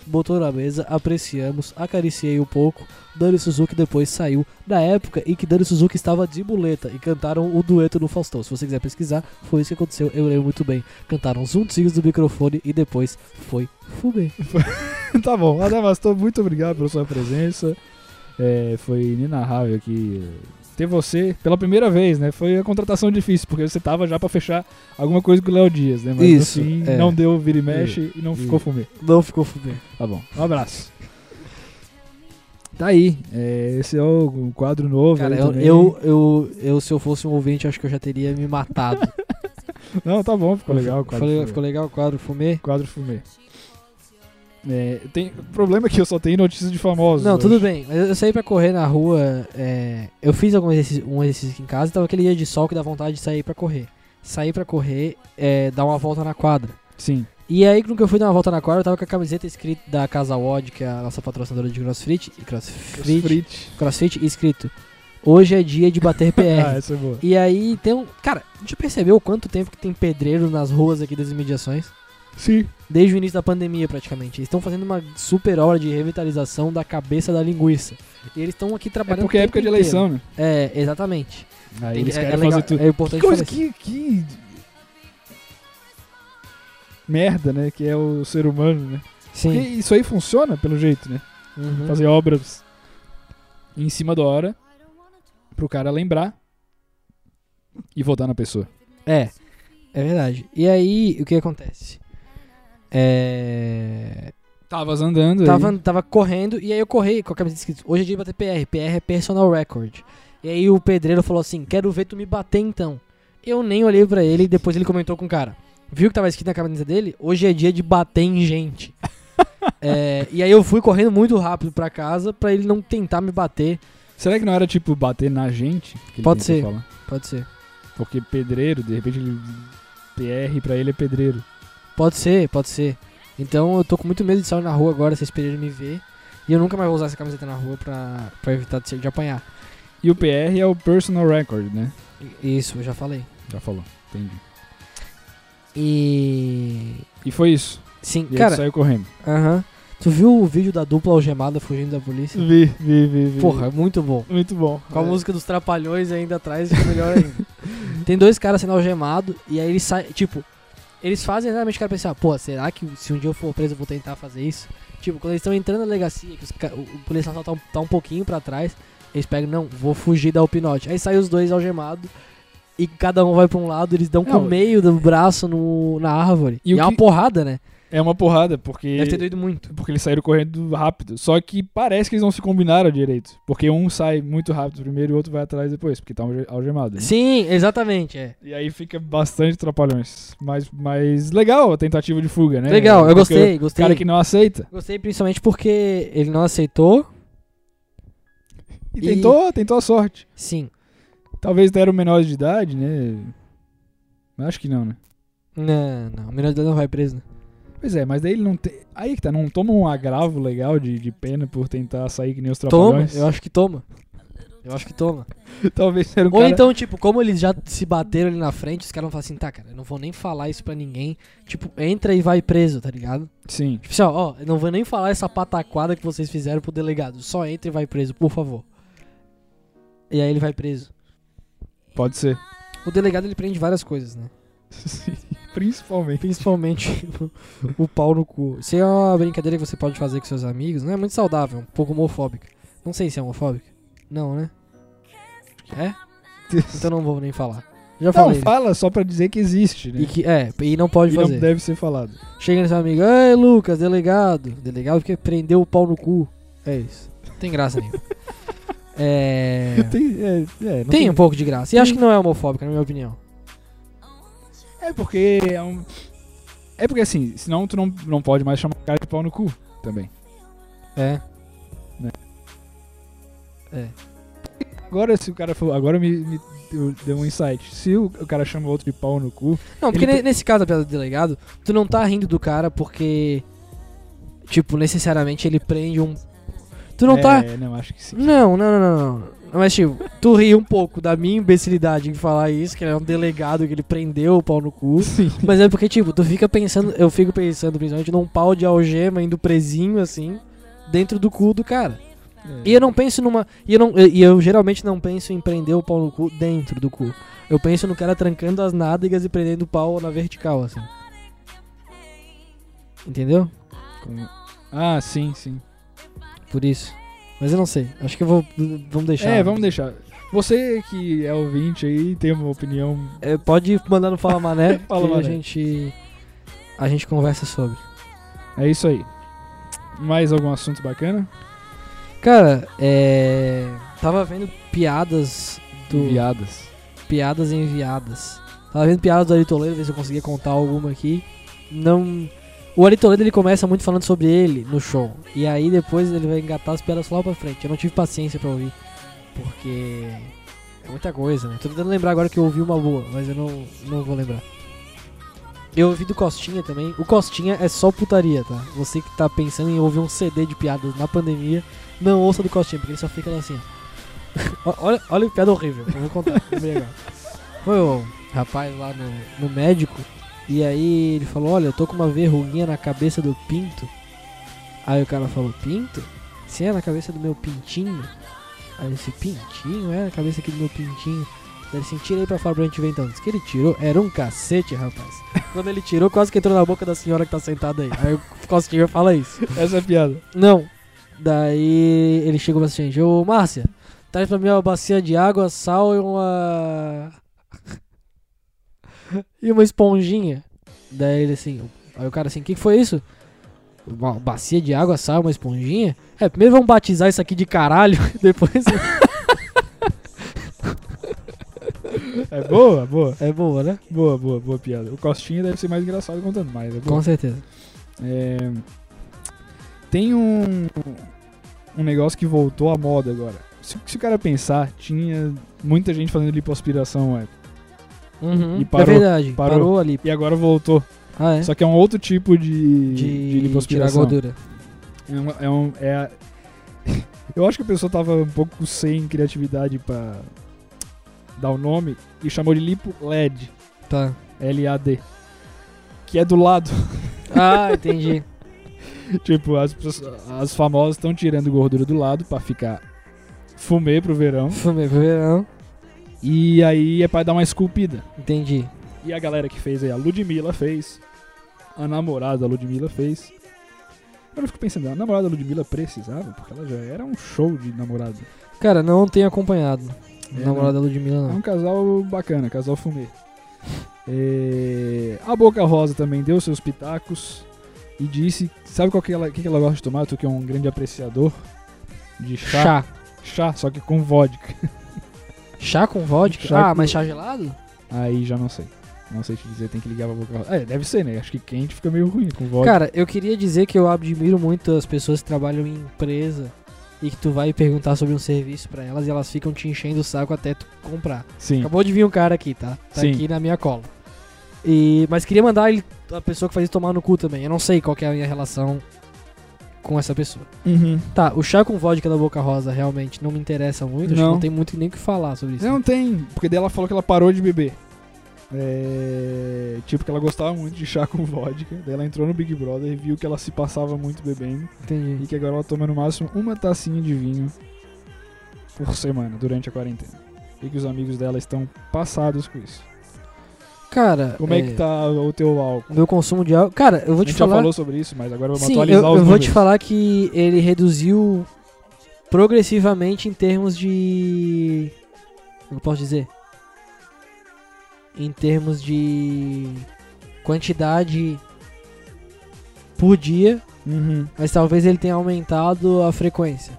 Speaker 1: Botou na mesa, apreciamos, acariciei um pouco. Dani Suzuki depois saiu na época em que Dani Suzuki estava de muleta e cantaram o dueto no Faustão. Se você quiser pesquisar, foi isso que aconteceu, eu lembro muito bem. Cantaram zuntigos do microfone e depois foi fumê.
Speaker 3: tá bom, Adamastor, muito obrigado pela sua presença. É, foi inenarrável aqui ter você pela primeira vez, né? Foi a contratação difícil, porque você tava já pra fechar alguma coisa com o Léo Dias, né? Mas
Speaker 1: Isso,
Speaker 3: no fim
Speaker 1: é.
Speaker 3: não deu vira e mexe e não
Speaker 1: E-
Speaker 3: ficou fumê.
Speaker 1: Não ficou fumê.
Speaker 3: Tá bom, um abraço. Tá aí. É, esse é o quadro novo.
Speaker 1: Cara,
Speaker 3: aí
Speaker 1: eu,
Speaker 3: também.
Speaker 1: eu, eu, eu, se eu fosse um ouvinte, acho que eu já teria me matado.
Speaker 3: Não, tá bom, ficou legal o quadro.
Speaker 1: Ficou-
Speaker 3: fumê.
Speaker 1: ficou legal o quadro Fumê?
Speaker 3: Quadro Fumê. É, tem, o problema é que eu só tenho notícias de famosos.
Speaker 1: Não,
Speaker 3: hoje.
Speaker 1: tudo bem. Mas eu- eu saí pra correr na rua. é, eu fiz algum exercício, um exercício aqui em casa. Tava aquele dia de sol que dá vontade de sair pra correr. Sair pra correr, é, dar uma volta na quadra.
Speaker 3: Sim.
Speaker 1: E aí, quando eu fui dar uma volta na quadra, eu tava com a camiseta escrita da Casa Wod, que é a nossa patrocinadora de CrossFit. E CrossFit.
Speaker 3: Crossfit.
Speaker 1: CrossFit escrito. Hoje é dia de bater PR.
Speaker 3: Ah, essa é boa.
Speaker 1: E aí tem um. Cara, já percebeu o quanto tempo que tem pedreiro nas ruas aqui das imediações?
Speaker 3: Sim.
Speaker 1: Desde o início da pandemia, praticamente. Eles estão fazendo uma super obra de revitalização da cabeça da linguiça. E eles estão aqui
Speaker 3: É
Speaker 1: trabalhando.
Speaker 3: porque é
Speaker 1: o
Speaker 3: época de
Speaker 1: tempo
Speaker 3: eleição,
Speaker 1: inteiro.
Speaker 3: né?
Speaker 1: É, exatamente.
Speaker 3: Aí
Speaker 1: Tem-
Speaker 3: eles
Speaker 1: é-
Speaker 3: querem
Speaker 1: é legal-
Speaker 3: fazer tudo.
Speaker 1: é importante
Speaker 3: que coisa,
Speaker 1: falar
Speaker 3: que, que merda, né? Que é o ser humano, né? Porque
Speaker 1: Sim.
Speaker 3: isso aí funciona, pelo jeito, né?
Speaker 1: Uhum.
Speaker 3: Fazer obras em cima da hora pro cara lembrar e votar na pessoa.
Speaker 1: É, é verdade. E aí, o que acontece? É.
Speaker 3: Tava andando
Speaker 1: Tava,
Speaker 3: aí.
Speaker 1: tava correndo e aí eu corri com a camiseta escrito: Hoje é dia de bater PR. PR é personal record. E aí o pedreiro falou assim: Quero ver tu me bater então. Eu nem olhei pra ele e depois ele comentou com o cara. Viu que tava escrito na camiseta dele? Hoje é dia de bater em gente. É, e aí eu fui correndo muito rápido pra casa pra ele não tentar me bater.
Speaker 3: Será que não era tipo bater na gente? que ele
Speaker 1: Pode
Speaker 3: tentou
Speaker 1: ser.
Speaker 3: falar?
Speaker 1: Pode ser.
Speaker 3: Porque pedreiro, de repente ele. PR pra ele é pedreiro.
Speaker 1: Pode ser, pode ser. Então eu tô com muito medo de sair na rua agora, vocês pedreiros me ver. E eu nunca mais vou usar essa camiseta na rua pra, pra evitar de, ser, de apanhar.
Speaker 3: E o PR é o personal record, né?
Speaker 1: Isso, eu já falei.
Speaker 3: Já falou, entendi.
Speaker 1: E.
Speaker 3: E foi isso.
Speaker 1: Sim,
Speaker 3: E
Speaker 1: cara.
Speaker 3: ele saiu correndo.
Speaker 1: Aham. Tu viu o vídeo da dupla algemada fugindo da polícia?
Speaker 3: Vi, vi, vi, vi.
Speaker 1: Porra, é muito bom. É.
Speaker 3: muito bom.
Speaker 1: Com a música dos Trapalhões ainda atrás, fica melhor ainda. Tem dois caras sendo algemados e aí eles saem. Tipo, eles fazem exatamente o cara pensar: pô, será que se um dia eu for preso eu vou tentar fazer isso? Tipo, quando eles estão entrando na delegacia, que os ca- o o policial só tá um, tá um pouquinho pra trás, eles pegam: não, vou fugir da Upinote. Aí saem os dois algemados. E cada um vai pra um lado, eles dão com
Speaker 3: Não,
Speaker 1: o meio do braço no, na árvore.
Speaker 3: E
Speaker 1: é. E,
Speaker 3: o
Speaker 1: é uma
Speaker 3: que-
Speaker 1: porrada, né?
Speaker 3: É uma porrada, porque.
Speaker 1: Deve ter doído muito.
Speaker 3: Porque eles saíram correndo rápido. Só que parece que eles não se combinaram direito. Porque um sai muito rápido primeiro e o outro vai atrás depois, porque tá alge- algemado. né?
Speaker 1: Sim, exatamente, é.
Speaker 3: E aí fica bastante trapalhões. Mas, mas legal a tentativa de fuga, né?
Speaker 1: Legal, eu
Speaker 3: Porque
Speaker 1: gostei,
Speaker 3: o
Speaker 1: gostei.
Speaker 3: Cara que não aceita.
Speaker 1: Gostei principalmente porque ele não aceitou.
Speaker 3: E,
Speaker 1: E-
Speaker 3: tentou, tentou a sorte.
Speaker 1: Sim.
Speaker 3: Talvez deram menores de idade, né? Mas acho que não, né?
Speaker 1: Não, não. O menor de idade não vai preso, né?
Speaker 3: Pois é, mas daí ele não tem. Aí que tá, não toma um agravo legal de, de pena por tentar sair que nem os
Speaker 1: Toma, é.
Speaker 3: trapalhões.
Speaker 1: eu acho que toma. Eu acho que toma.
Speaker 3: Talvez era um
Speaker 1: Ou
Speaker 3: cara...
Speaker 1: então, tipo, como eles já se bateram ali na frente, os caras vão falar assim, tá, cara, eu não vou nem falar isso pra ninguém. Tipo, entra e vai preso, tá ligado?
Speaker 3: Sim.
Speaker 1: Tipo assim, ó, ó, eu não vou nem falar essa pataquada que vocês fizeram pro delegado. Só entra e vai preso, por favor. E aí ele vai preso.
Speaker 3: Pode ser.
Speaker 1: O delegado, ele prende várias coisas, né?
Speaker 3: Sim, Principalmente.
Speaker 1: Principalmente o pau no cu. Isso é uma brincadeira que você pode fazer com seus amigos, não é muito saudável, um pouco homofóbica. Não sei se é homofóbica. Não, né? É? Então não vou nem falar. Já
Speaker 3: Não,
Speaker 1: falei.
Speaker 3: fala só pra dizer que existe, né?
Speaker 1: E que, é, e não pode
Speaker 3: E
Speaker 1: fazer.
Speaker 3: não deve ser falado.
Speaker 1: Chega nesse amigo, ei Lucas, delegado. Delegado porque prendeu o pau no cu. É isso. Não Tem graça nenhuma. é...
Speaker 3: Tem, é, é, não
Speaker 1: Tem
Speaker 3: tem-
Speaker 1: um pouco de graça. E acho que não é homofóbica, na minha opinião.
Speaker 3: É porque é um. É porque assim, senão tu não, não pode mais chamar o cara de pau no cu também.
Speaker 1: É.
Speaker 3: Agora se o cara falou. Agora me, me deu, deu um insight. Se o, o cara chama o outro de pau no cu.
Speaker 1: Não, porque
Speaker 3: Ele tá-
Speaker 1: ne- nesse caso da piada do delegado, tu não tá rindo do cara porque, tipo, necessariamente ele prende um. Tu não
Speaker 3: é,
Speaker 1: tá.
Speaker 3: Não, acho que sim.
Speaker 1: Não, não, não, não, não. Mas, tipo, tu ri um pouco da minha imbecilidade em falar isso, que ele é um delegado que ele prendeu o pau no cu.
Speaker 3: Sim.
Speaker 1: Mas é porque, tipo, tu fica pensando. Eu fico pensando principalmente num pau de algema indo presinho assim, dentro do cu do cara. E eu não penso numa. E eu, não, e eu geralmente não penso em prender o pau no cu dentro do cu. Eu penso no cara trancando as nádegas e prendendo o pau na vertical, assim. Entendeu?
Speaker 3: Com- Ah, sim, sim.
Speaker 1: Por isso. Mas eu não sei. Acho que eu vou. Vamos deixar.
Speaker 3: É, vamos deixar. Você que é ouvinte aí tem uma opinião.
Speaker 1: É, pode mandar no Fala Mané.
Speaker 3: Fala
Speaker 1: que
Speaker 3: Mané.
Speaker 1: A gente. A gente conversa sobre.
Speaker 3: É isso aí. Mais algum assunto bacana?
Speaker 1: Cara, é. Tava vendo piadas do.
Speaker 3: Enviadas.
Speaker 1: Piadas enviadas. Tava vendo piadas do Ari Toledo, ver se eu conseguia contar alguma aqui. Não. O Ari Toledo ele começa muito falando sobre ele no show. E aí depois ele vai engatar as piadas lá pra frente. Eu não tive paciência pra ouvir. Porque. É muita coisa, né? Tô tentando lembrar agora que eu ouvi uma boa, mas eu não, não vou lembrar. Eu ouvi do Costinha também. O Costinha é só putaria, tá? Você que tá pensando em ouvir um CD de piadas na pandemia, não ouça do Costinha, porque ele só fica lá assim, ó. olha, olha que piada horrível, eu vou contar. lembrei agora. Foi o rapaz lá no, no médico, e aí ele falou, olha, eu tô com uma verruguinha na cabeça do pinto. Aí o cara falou, pinto? Sim, é na cabeça do meu pintinho. Aí ele disse, pintinho? É na cabeça aqui do meu pintinho. Daí ele assim, tira aí pra fora pra gente ver então. Diz que ele tirou, era um cacete, rapaz. Quando ele tirou, quase que entrou na boca da senhora que tá sentada aí. Aí o Costinha fala isso.
Speaker 3: Essa é a piada.
Speaker 1: Não. Daí ele chegou pra assistente, ô Márcia, traz pra mim uma bacia de água, sal e uma. e uma esponjinha. Daí ele assim, aí o cara assim, o que, que foi isso? Uma bacia de água, sal, uma esponjinha? É, primeiro vamos batizar isso aqui de caralho, depois.
Speaker 3: É boa, boa.
Speaker 1: É boa, né?
Speaker 3: Boa, boa, boa piada. O Costinha deve ser mais engraçado contando mais. É boa.
Speaker 1: Com certeza.
Speaker 3: É, Tem um, um negócio que voltou à moda agora. Se, se o cara pensar, tinha muita gente fazendo lipoaspiração na época.
Speaker 1: Uhum.
Speaker 3: E parou,
Speaker 1: é verdade,
Speaker 3: parou.
Speaker 1: parou, ali.
Speaker 3: E agora voltou.
Speaker 1: Ah, é?
Speaker 3: Só que é um outro tipo de, de,
Speaker 1: de tirar
Speaker 3: lipoaspiração.
Speaker 1: gordura.
Speaker 3: É um, é um- é a- Eu acho que a pessoa tava um pouco sem criatividade pra dar o nome e chamou de lipo LED,
Speaker 1: Tá.
Speaker 3: L-A-D. Que é do lado.
Speaker 1: Ah, entendi.
Speaker 3: tipo, as, pessoas- as famosas estão tirando gordura do lado pra ficar fumê pro verão.
Speaker 1: Fumei pro verão.
Speaker 3: E aí é pra dar uma esculpida.
Speaker 1: Entendi.
Speaker 3: E a galera que fez aí, a Ludmilla fez. A namorada da Ludmilla fez. Agora eu fico pensando, a namorada da Ludmilla precisava? Porque ela já era um show de namorada.
Speaker 1: Cara, não tenho acompanhado.
Speaker 3: É,
Speaker 1: namorada da Ludmilla,
Speaker 3: É
Speaker 1: não.
Speaker 3: um casal bacana, casal fumê. É, A Boca Rosa também deu seus pitacos e disse. Sabe qual que ela, que que ela gosta de tomar? Tu que é um grande apreciador de chá.
Speaker 1: Chá.
Speaker 3: Chá, só que com vodka.
Speaker 1: Chá com vodka?
Speaker 3: Chá
Speaker 1: ah,
Speaker 3: com-
Speaker 1: mas chá gelado?
Speaker 3: Aí já não sei. Não sei te dizer, tem que ligar pra Boca Rosa. É, deve ser, né? Acho que quente fica meio ruim com vodka.
Speaker 1: Cara, eu queria dizer que eu admiro muito as pessoas que trabalham em empresa e que tu vai perguntar sobre um serviço pra elas e elas ficam te enchendo o saco até tu comprar.
Speaker 3: Sim.
Speaker 1: Acabou de vir um cara aqui, tá? Tá
Speaker 3: Sim.
Speaker 1: aqui na minha cola. E, mas queria mandar ele, a pessoa que faz isso tomar no cu também. Eu não sei qual que é a minha relação com essa pessoa.
Speaker 3: Uhum.
Speaker 1: Tá, o chá com vodka da Boca Rosa realmente não me interessa muito. Acho que
Speaker 3: Não.
Speaker 1: não tem muito nem o que falar sobre isso.
Speaker 3: Não tem, porque daí ela falou que ela parou de beber. É, tipo, que ela gostava muito de chá com vodka. Daí ela entrou no Big Brother e viu que ela se passava muito bebendo.
Speaker 1: Entendi.
Speaker 3: E que agora ela toma no máximo uma tacinha de vinho por semana durante a quarentena. E que os amigos dela estão passados com isso.
Speaker 1: Cara,
Speaker 3: Como é, que tá o teu álcool?
Speaker 1: o meu consumo de álcool. Cara, eu vou
Speaker 3: a
Speaker 1: te
Speaker 3: gente
Speaker 1: falar.
Speaker 3: já falou sobre isso, mas agora vamos
Speaker 1: Sim,
Speaker 3: atualizar
Speaker 1: eu,
Speaker 3: os
Speaker 1: eu vou
Speaker 3: números.
Speaker 1: te falar que ele reduziu progressivamente em termos de. Como eu posso dizer? Em termos de quantidade por dia,
Speaker 3: Uhum.
Speaker 1: mas talvez ele tenha aumentado a frequência.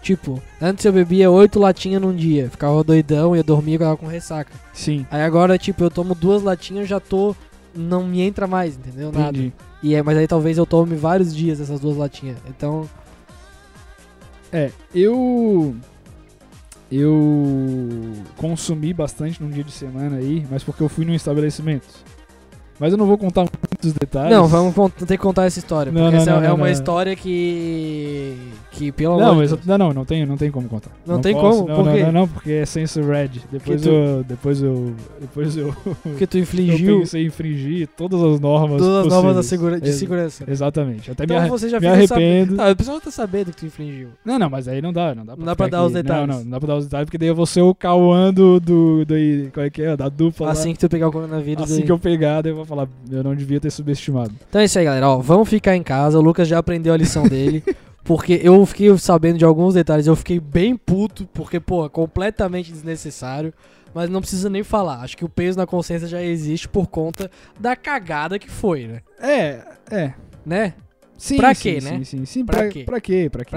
Speaker 1: Tipo, antes eu bebia 8 latinhas num dia, ficava doidão, ia dormir, ficava com ressaca.
Speaker 3: Sim,
Speaker 1: Aí agora, tipo, eu tomo duas latinhas, já tô. Não me entra mais, entendeu? Nada.
Speaker 3: entendi.
Speaker 1: E é, mas aí talvez eu tome vários dias essas duas latinhas. Então,
Speaker 3: É, eu. Eu consumi bastante num dia de semana aí, mas porque eu fui num estabelecimento. Mas eu não vou contar muitos detalhes.
Speaker 1: não, vamos cont- ter que contar essa história,
Speaker 3: Não,
Speaker 1: porque
Speaker 3: não,
Speaker 1: essa
Speaker 3: não,
Speaker 1: é
Speaker 3: não,
Speaker 1: uma
Speaker 3: não.
Speaker 1: história que que pelo
Speaker 3: Não,
Speaker 1: amor
Speaker 3: mas
Speaker 1: de
Speaker 3: eu-
Speaker 1: Deus.
Speaker 3: não, não, não tem, não tem como contar.
Speaker 1: Não tem como?
Speaker 3: Não,
Speaker 1: Por
Speaker 3: não,
Speaker 1: quê?
Speaker 3: não, não, porque é censor red. Depois
Speaker 1: tu-
Speaker 3: eu, depois eu, depois eu,
Speaker 1: porque tu
Speaker 3: eu
Speaker 1: infligiu
Speaker 3: pensei em infringir todas as normas
Speaker 1: todas as
Speaker 3: possíveis.
Speaker 1: normas da segura- de
Speaker 3: Ex-
Speaker 1: segurança.
Speaker 3: Exatamente. Até
Speaker 1: Então
Speaker 3: me, arre-
Speaker 1: você já
Speaker 3: me
Speaker 1: fica sabendo.
Speaker 3: arrependo.
Speaker 1: Tá, o pessoal tá sabendo que tu infringiu.
Speaker 3: Não, não, mas aí não dá, não dá.
Speaker 1: Não dá pra
Speaker 3: ficar
Speaker 1: dar os
Speaker 3: aqui.
Speaker 1: detalhes.
Speaker 3: Não, não, não dá pra dar os detalhes porque daí eu vou ser o Cauã do, do, do- qual é que é, da dupla. lá.
Speaker 1: Assim que tu pegar o coronavírus.
Speaker 3: Assim
Speaker 1: aí.
Speaker 3: que eu pegar, daí eu vou falar, eu não devia ter subestimado.
Speaker 1: Então é isso aí, galera. Ó, vamos ficar em casa. O Lucas já aprendeu a lição dele. Porque eu fiquei sabendo de alguns detalhes, eu fiquei bem puto, porque, pô, é completamente desnecessário. Mas não precisa nem falar. Acho que o peso na consciência já existe por conta da cagada que foi, né?
Speaker 3: É, é.
Speaker 1: Né?
Speaker 3: Sim,
Speaker 1: Pra
Speaker 3: sim,
Speaker 1: quê,
Speaker 3: sim,
Speaker 1: né?
Speaker 3: Sim, sim, sim.
Speaker 1: Pra
Speaker 3: Pra,
Speaker 1: quê?
Speaker 3: pra quê? Pra quê?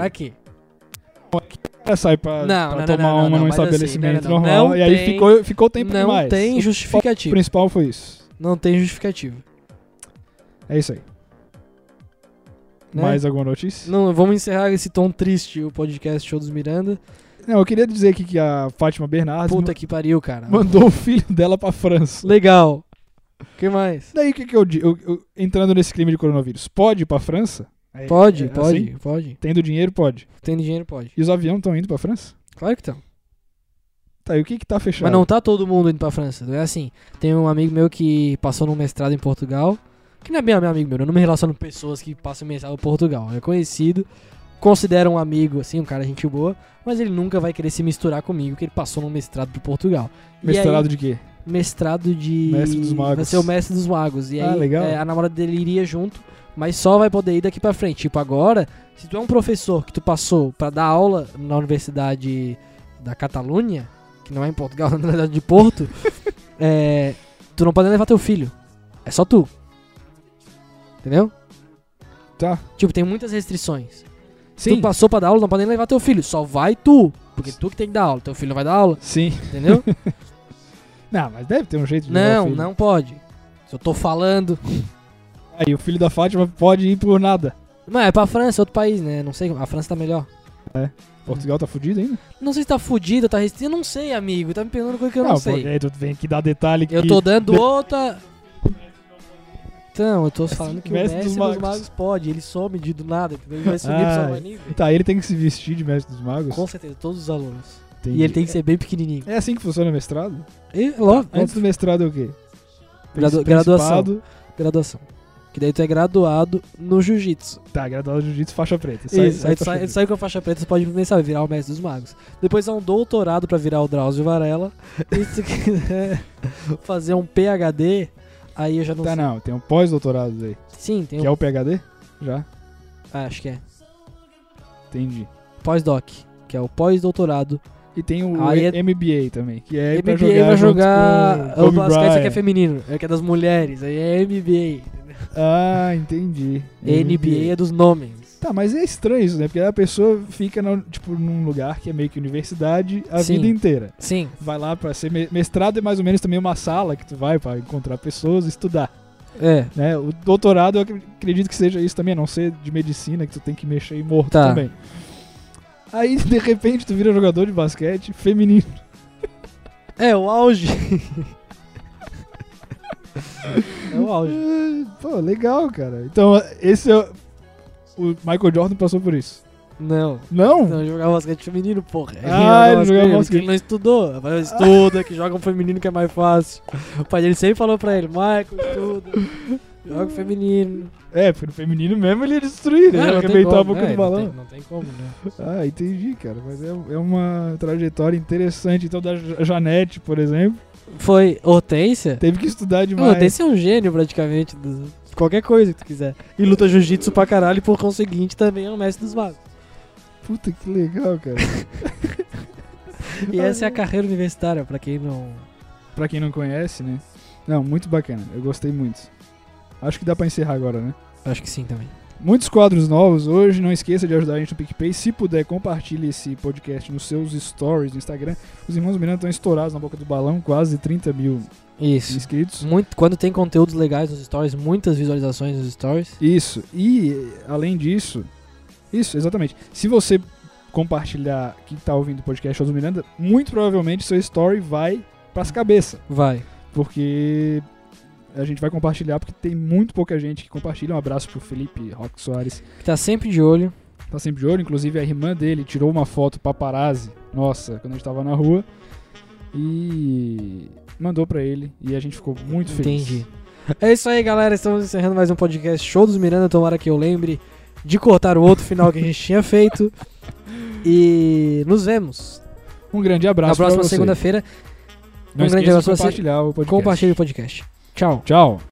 Speaker 1: Pra quê?
Speaker 3: É, sai
Speaker 1: Não,
Speaker 3: pra, pra
Speaker 1: não, não,
Speaker 3: tomar
Speaker 1: não, não,
Speaker 3: uma
Speaker 1: não,
Speaker 3: num
Speaker 1: mas assim,
Speaker 3: estabelecimento
Speaker 1: não, não, não.
Speaker 3: normal.
Speaker 1: Não
Speaker 3: e aí
Speaker 1: tem-
Speaker 3: ficou, ficou tempo
Speaker 1: não
Speaker 3: demais.
Speaker 1: tem
Speaker 3: O
Speaker 1: justificativa.
Speaker 3: foco principal foi isso.
Speaker 1: Não tem justificativa.
Speaker 3: É isso aí.
Speaker 1: né?
Speaker 3: Mais alguma notícia?
Speaker 1: Não, vamos encerrar esse tom triste, o podcast Show dos Miranda.
Speaker 3: Não, eu queria dizer aqui que a Fátima Bernardes
Speaker 1: Puta que pariu, cara.
Speaker 3: mandou o filho dela pra França.
Speaker 1: Legal. O que mais?
Speaker 3: Daí o que, que eu digo? entrando nesse crime de coronavírus, pode ir pra França? É-
Speaker 1: Pode,
Speaker 3: é
Speaker 1: pode,
Speaker 3: assim?
Speaker 1: pode.
Speaker 3: Tendo dinheiro, pode.
Speaker 1: Tendo dinheiro, pode.
Speaker 3: E os aviões estão indo pra França?
Speaker 1: Claro que estão.
Speaker 3: Tá, e o que que tá fechado?
Speaker 1: Mas não tá todo mundo indo pra França. É assim, tem um amigo meu que passou num mestrado em Portugal. Que não é bem meu amigo meu, eu não me relaciono com pessoas que passam mestrado em Portugal. É conhecido, considero um amigo, assim, um cara gente boa. Mas ele nunca vai querer se misturar comigo, que ele passou num mestrado pro Portugal. E aí-
Speaker 3: Misturado de quê?
Speaker 1: mestrado de.
Speaker 3: Mestre dos Magos.
Speaker 1: Vai ser o mestre dos magos. E
Speaker 3: Ah,
Speaker 1: aí
Speaker 3: legal.
Speaker 1: é, a namorada dele iria junto, mas só vai poder ir daqui pra frente. Tipo, agora, se tu é um professor que tu passou pra dar aula na Universidade da Catalunha, que não é em Portugal, na Universidade de Porto, é, tu não pode levar teu filho. É só tu. Entendeu?
Speaker 3: Tá.
Speaker 1: Tipo, tem muitas restrições. Se
Speaker 3: Sim.
Speaker 1: tu passou pra dar aula, não pode nem levar teu filho. Só vai tu. Porque tu que tem que dar aula. Teu filho não vai dar aula.
Speaker 3: Sim.
Speaker 1: Entendeu?
Speaker 3: Não, mas deve ter um jeito de levar o
Speaker 1: não,
Speaker 3: filho.
Speaker 1: não pode. Se eu tô falando.
Speaker 3: Aí o filho da Fátima pode ir por nada.
Speaker 1: Mas é pra França, é outro país, né? Não sei, a França tá melhor.
Speaker 3: Portugal tá fudido ainda?
Speaker 1: Não sei se tá fudido, tá restrito. Eu não sei, amigo. Tá me perguntando coisa que eu não, sei.
Speaker 3: porque aí tu vem aqui dar detalhe que...
Speaker 1: Eu tô dando outra. Então, eu tô falando que o
Speaker 3: Mestre
Speaker 1: mestre dos
Speaker 3: dos Magos.
Speaker 1: magos pode, ele some de do nada, entendeu? Ele vai sumir pro
Speaker 3: Ah,
Speaker 1: Salvanível.
Speaker 3: tá, ele tem que se vestir de mestre dos magos?
Speaker 1: Com certeza, todos os alunos.
Speaker 3: Entendi.
Speaker 1: E ele tem que ser bem pequenininho.
Speaker 3: É assim que funciona o mestrado?
Speaker 1: E, logo,
Speaker 3: Antes do mestrado é o quê?
Speaker 1: Gradu-
Speaker 3: Principado.
Speaker 1: graduação. Graduação. Que daí tu é graduado no jiu-jitsu.
Speaker 3: Tá, graduado de jiu-jitsu faixa preta. Sai-
Speaker 1: Isso,
Speaker 3: sai
Speaker 1: aí tu
Speaker 3: faixa
Speaker 1: sai,
Speaker 3: preta.
Speaker 1: sai com a faixa preta, você pode começar a virar o mestre dos magos. Depois é um doutorado pra virar o Drauzio Varela. E se quiser fazer um PhD, aí eu já não
Speaker 3: Tá,
Speaker 1: sei.
Speaker 3: não, tem um pós-doutorado aí.
Speaker 1: Sim, tem
Speaker 3: Que
Speaker 1: um.
Speaker 3: é o PHD? Já?
Speaker 1: Ah, acho que é.
Speaker 3: Entendi.
Speaker 1: Pós-doc, que é o pós-doutorado.
Speaker 3: E tem o
Speaker 1: Aí é
Speaker 3: e- MBA também, que é pra
Speaker 1: MBA
Speaker 3: jogar.
Speaker 1: vai
Speaker 3: junto
Speaker 1: jogar.
Speaker 3: com o
Speaker 1: O
Speaker 3: Kobe
Speaker 1: basquete só que é
Speaker 3: Bryant.
Speaker 1: feminino, é que é das mulheres, aí é MBA.
Speaker 3: Ah, entendi.
Speaker 1: NBA é dos nomes.
Speaker 3: Tá, mas é estranho isso, né? Porque a pessoa fica, na- tipo, num lugar que é meio que universidade a
Speaker 1: Sim.
Speaker 3: vida inteira.
Speaker 1: Sim.
Speaker 3: Vai lá pra ser me- mestrado, é mais ou menos também uma sala que tu vai pra encontrar pessoas e estudar.
Speaker 1: É.
Speaker 3: né? O doutorado eu acre- acredito que seja isso também, a não ser de medicina, que tu tem que mexer e morto
Speaker 1: Tá.
Speaker 3: também. Aí, de repente, tu vira jogador de basquete feminino.
Speaker 1: É o auge. é o auge.
Speaker 3: Pô, legal, cara. Então, esse é. o- O Michael Jordan passou por isso.
Speaker 1: Não.
Speaker 3: Não?
Speaker 1: Não, ele jogava basquete feminino, porra. Ele
Speaker 3: Ah, ele jogava
Speaker 1: porque
Speaker 3: basquete.
Speaker 1: Ele não estudou. Mas estuda, que joga um feminino que é mais fácil. O pai dele sempre falou pra ele, Michael, estuda. Joga um feminino.
Speaker 3: É, porque no feminino mesmo ele ia destruir, né?
Speaker 1: Ah,
Speaker 3: ele
Speaker 1: não tem
Speaker 3: arrebentar a
Speaker 1: como,
Speaker 3: boca
Speaker 1: né?
Speaker 3: do balão.
Speaker 1: Não tem, não tem como, né?
Speaker 3: Ah, entendi, cara. Mas é, é uma trajetória interessante. Então, da Ja- Janete, por exemplo,
Speaker 1: Foi Hortência?
Speaker 3: teve que estudar
Speaker 1: Não,
Speaker 3: demais.
Speaker 1: Hortência é um gênio praticamente. do- Qualquer coisa que tu quiser. E luta jiu-jitsu pra caralho e por conseguinte também é um mestre dos magos.
Speaker 3: Puta que legal, cara.
Speaker 1: E essa é a carreira universitária, pra quem não.
Speaker 3: Pra quem não conhece, né? Não, muito bacana. Eu gostei muito. Acho que dá pra encerrar agora, né?
Speaker 1: Acho que sim também.
Speaker 3: Muitos quadros novos hoje. Não esqueça de ajudar a gente no PicPay. Se puder, compartilhe esse podcast nos seus stories no Instagram. Os irmãos Miranda estão estourados na boca do balão. Quase 30 mil
Speaker 1: Isso.
Speaker 3: inscritos.
Speaker 1: Muito, quando tem conteúdos legais nos stories, muitas visualizações nos stories.
Speaker 3: Isso. E, além disso... Isso, exatamente. Se você compartilhar quem tá ouvindo o podcast Show do Miranda, muito provavelmente seu story vai pras cabeças.
Speaker 1: Vai.
Speaker 3: porque a gente vai compartilhar, porque tem muito pouca gente que compartilha. Um abraço pro Felipe Roque Soares,
Speaker 1: Que tá sempre de olho.
Speaker 3: tá sempre de olho. Inclusive, a irmã dele tirou uma foto paparazzi, nossa, quando a gente tava na rua, e mandou pra ele. E a gente ficou muito feliz.
Speaker 1: Entendi. É isso aí, galera. Estamos encerrando mais um podcast Show dos Miranda. Tomara que eu lembre de cortar o outro final que a gente tinha feito. E nos vemos
Speaker 3: Um grande
Speaker 1: na
Speaker 3: abraço pra
Speaker 1: próxima
Speaker 3: você.
Speaker 1: segunda-feira.
Speaker 3: Não
Speaker 1: um grande
Speaker 3: esqueça de
Speaker 1: abraço pra você.
Speaker 3: compartilhar o podcast.
Speaker 1: Compartilhe o podcast. Tchau.
Speaker 3: Tchau.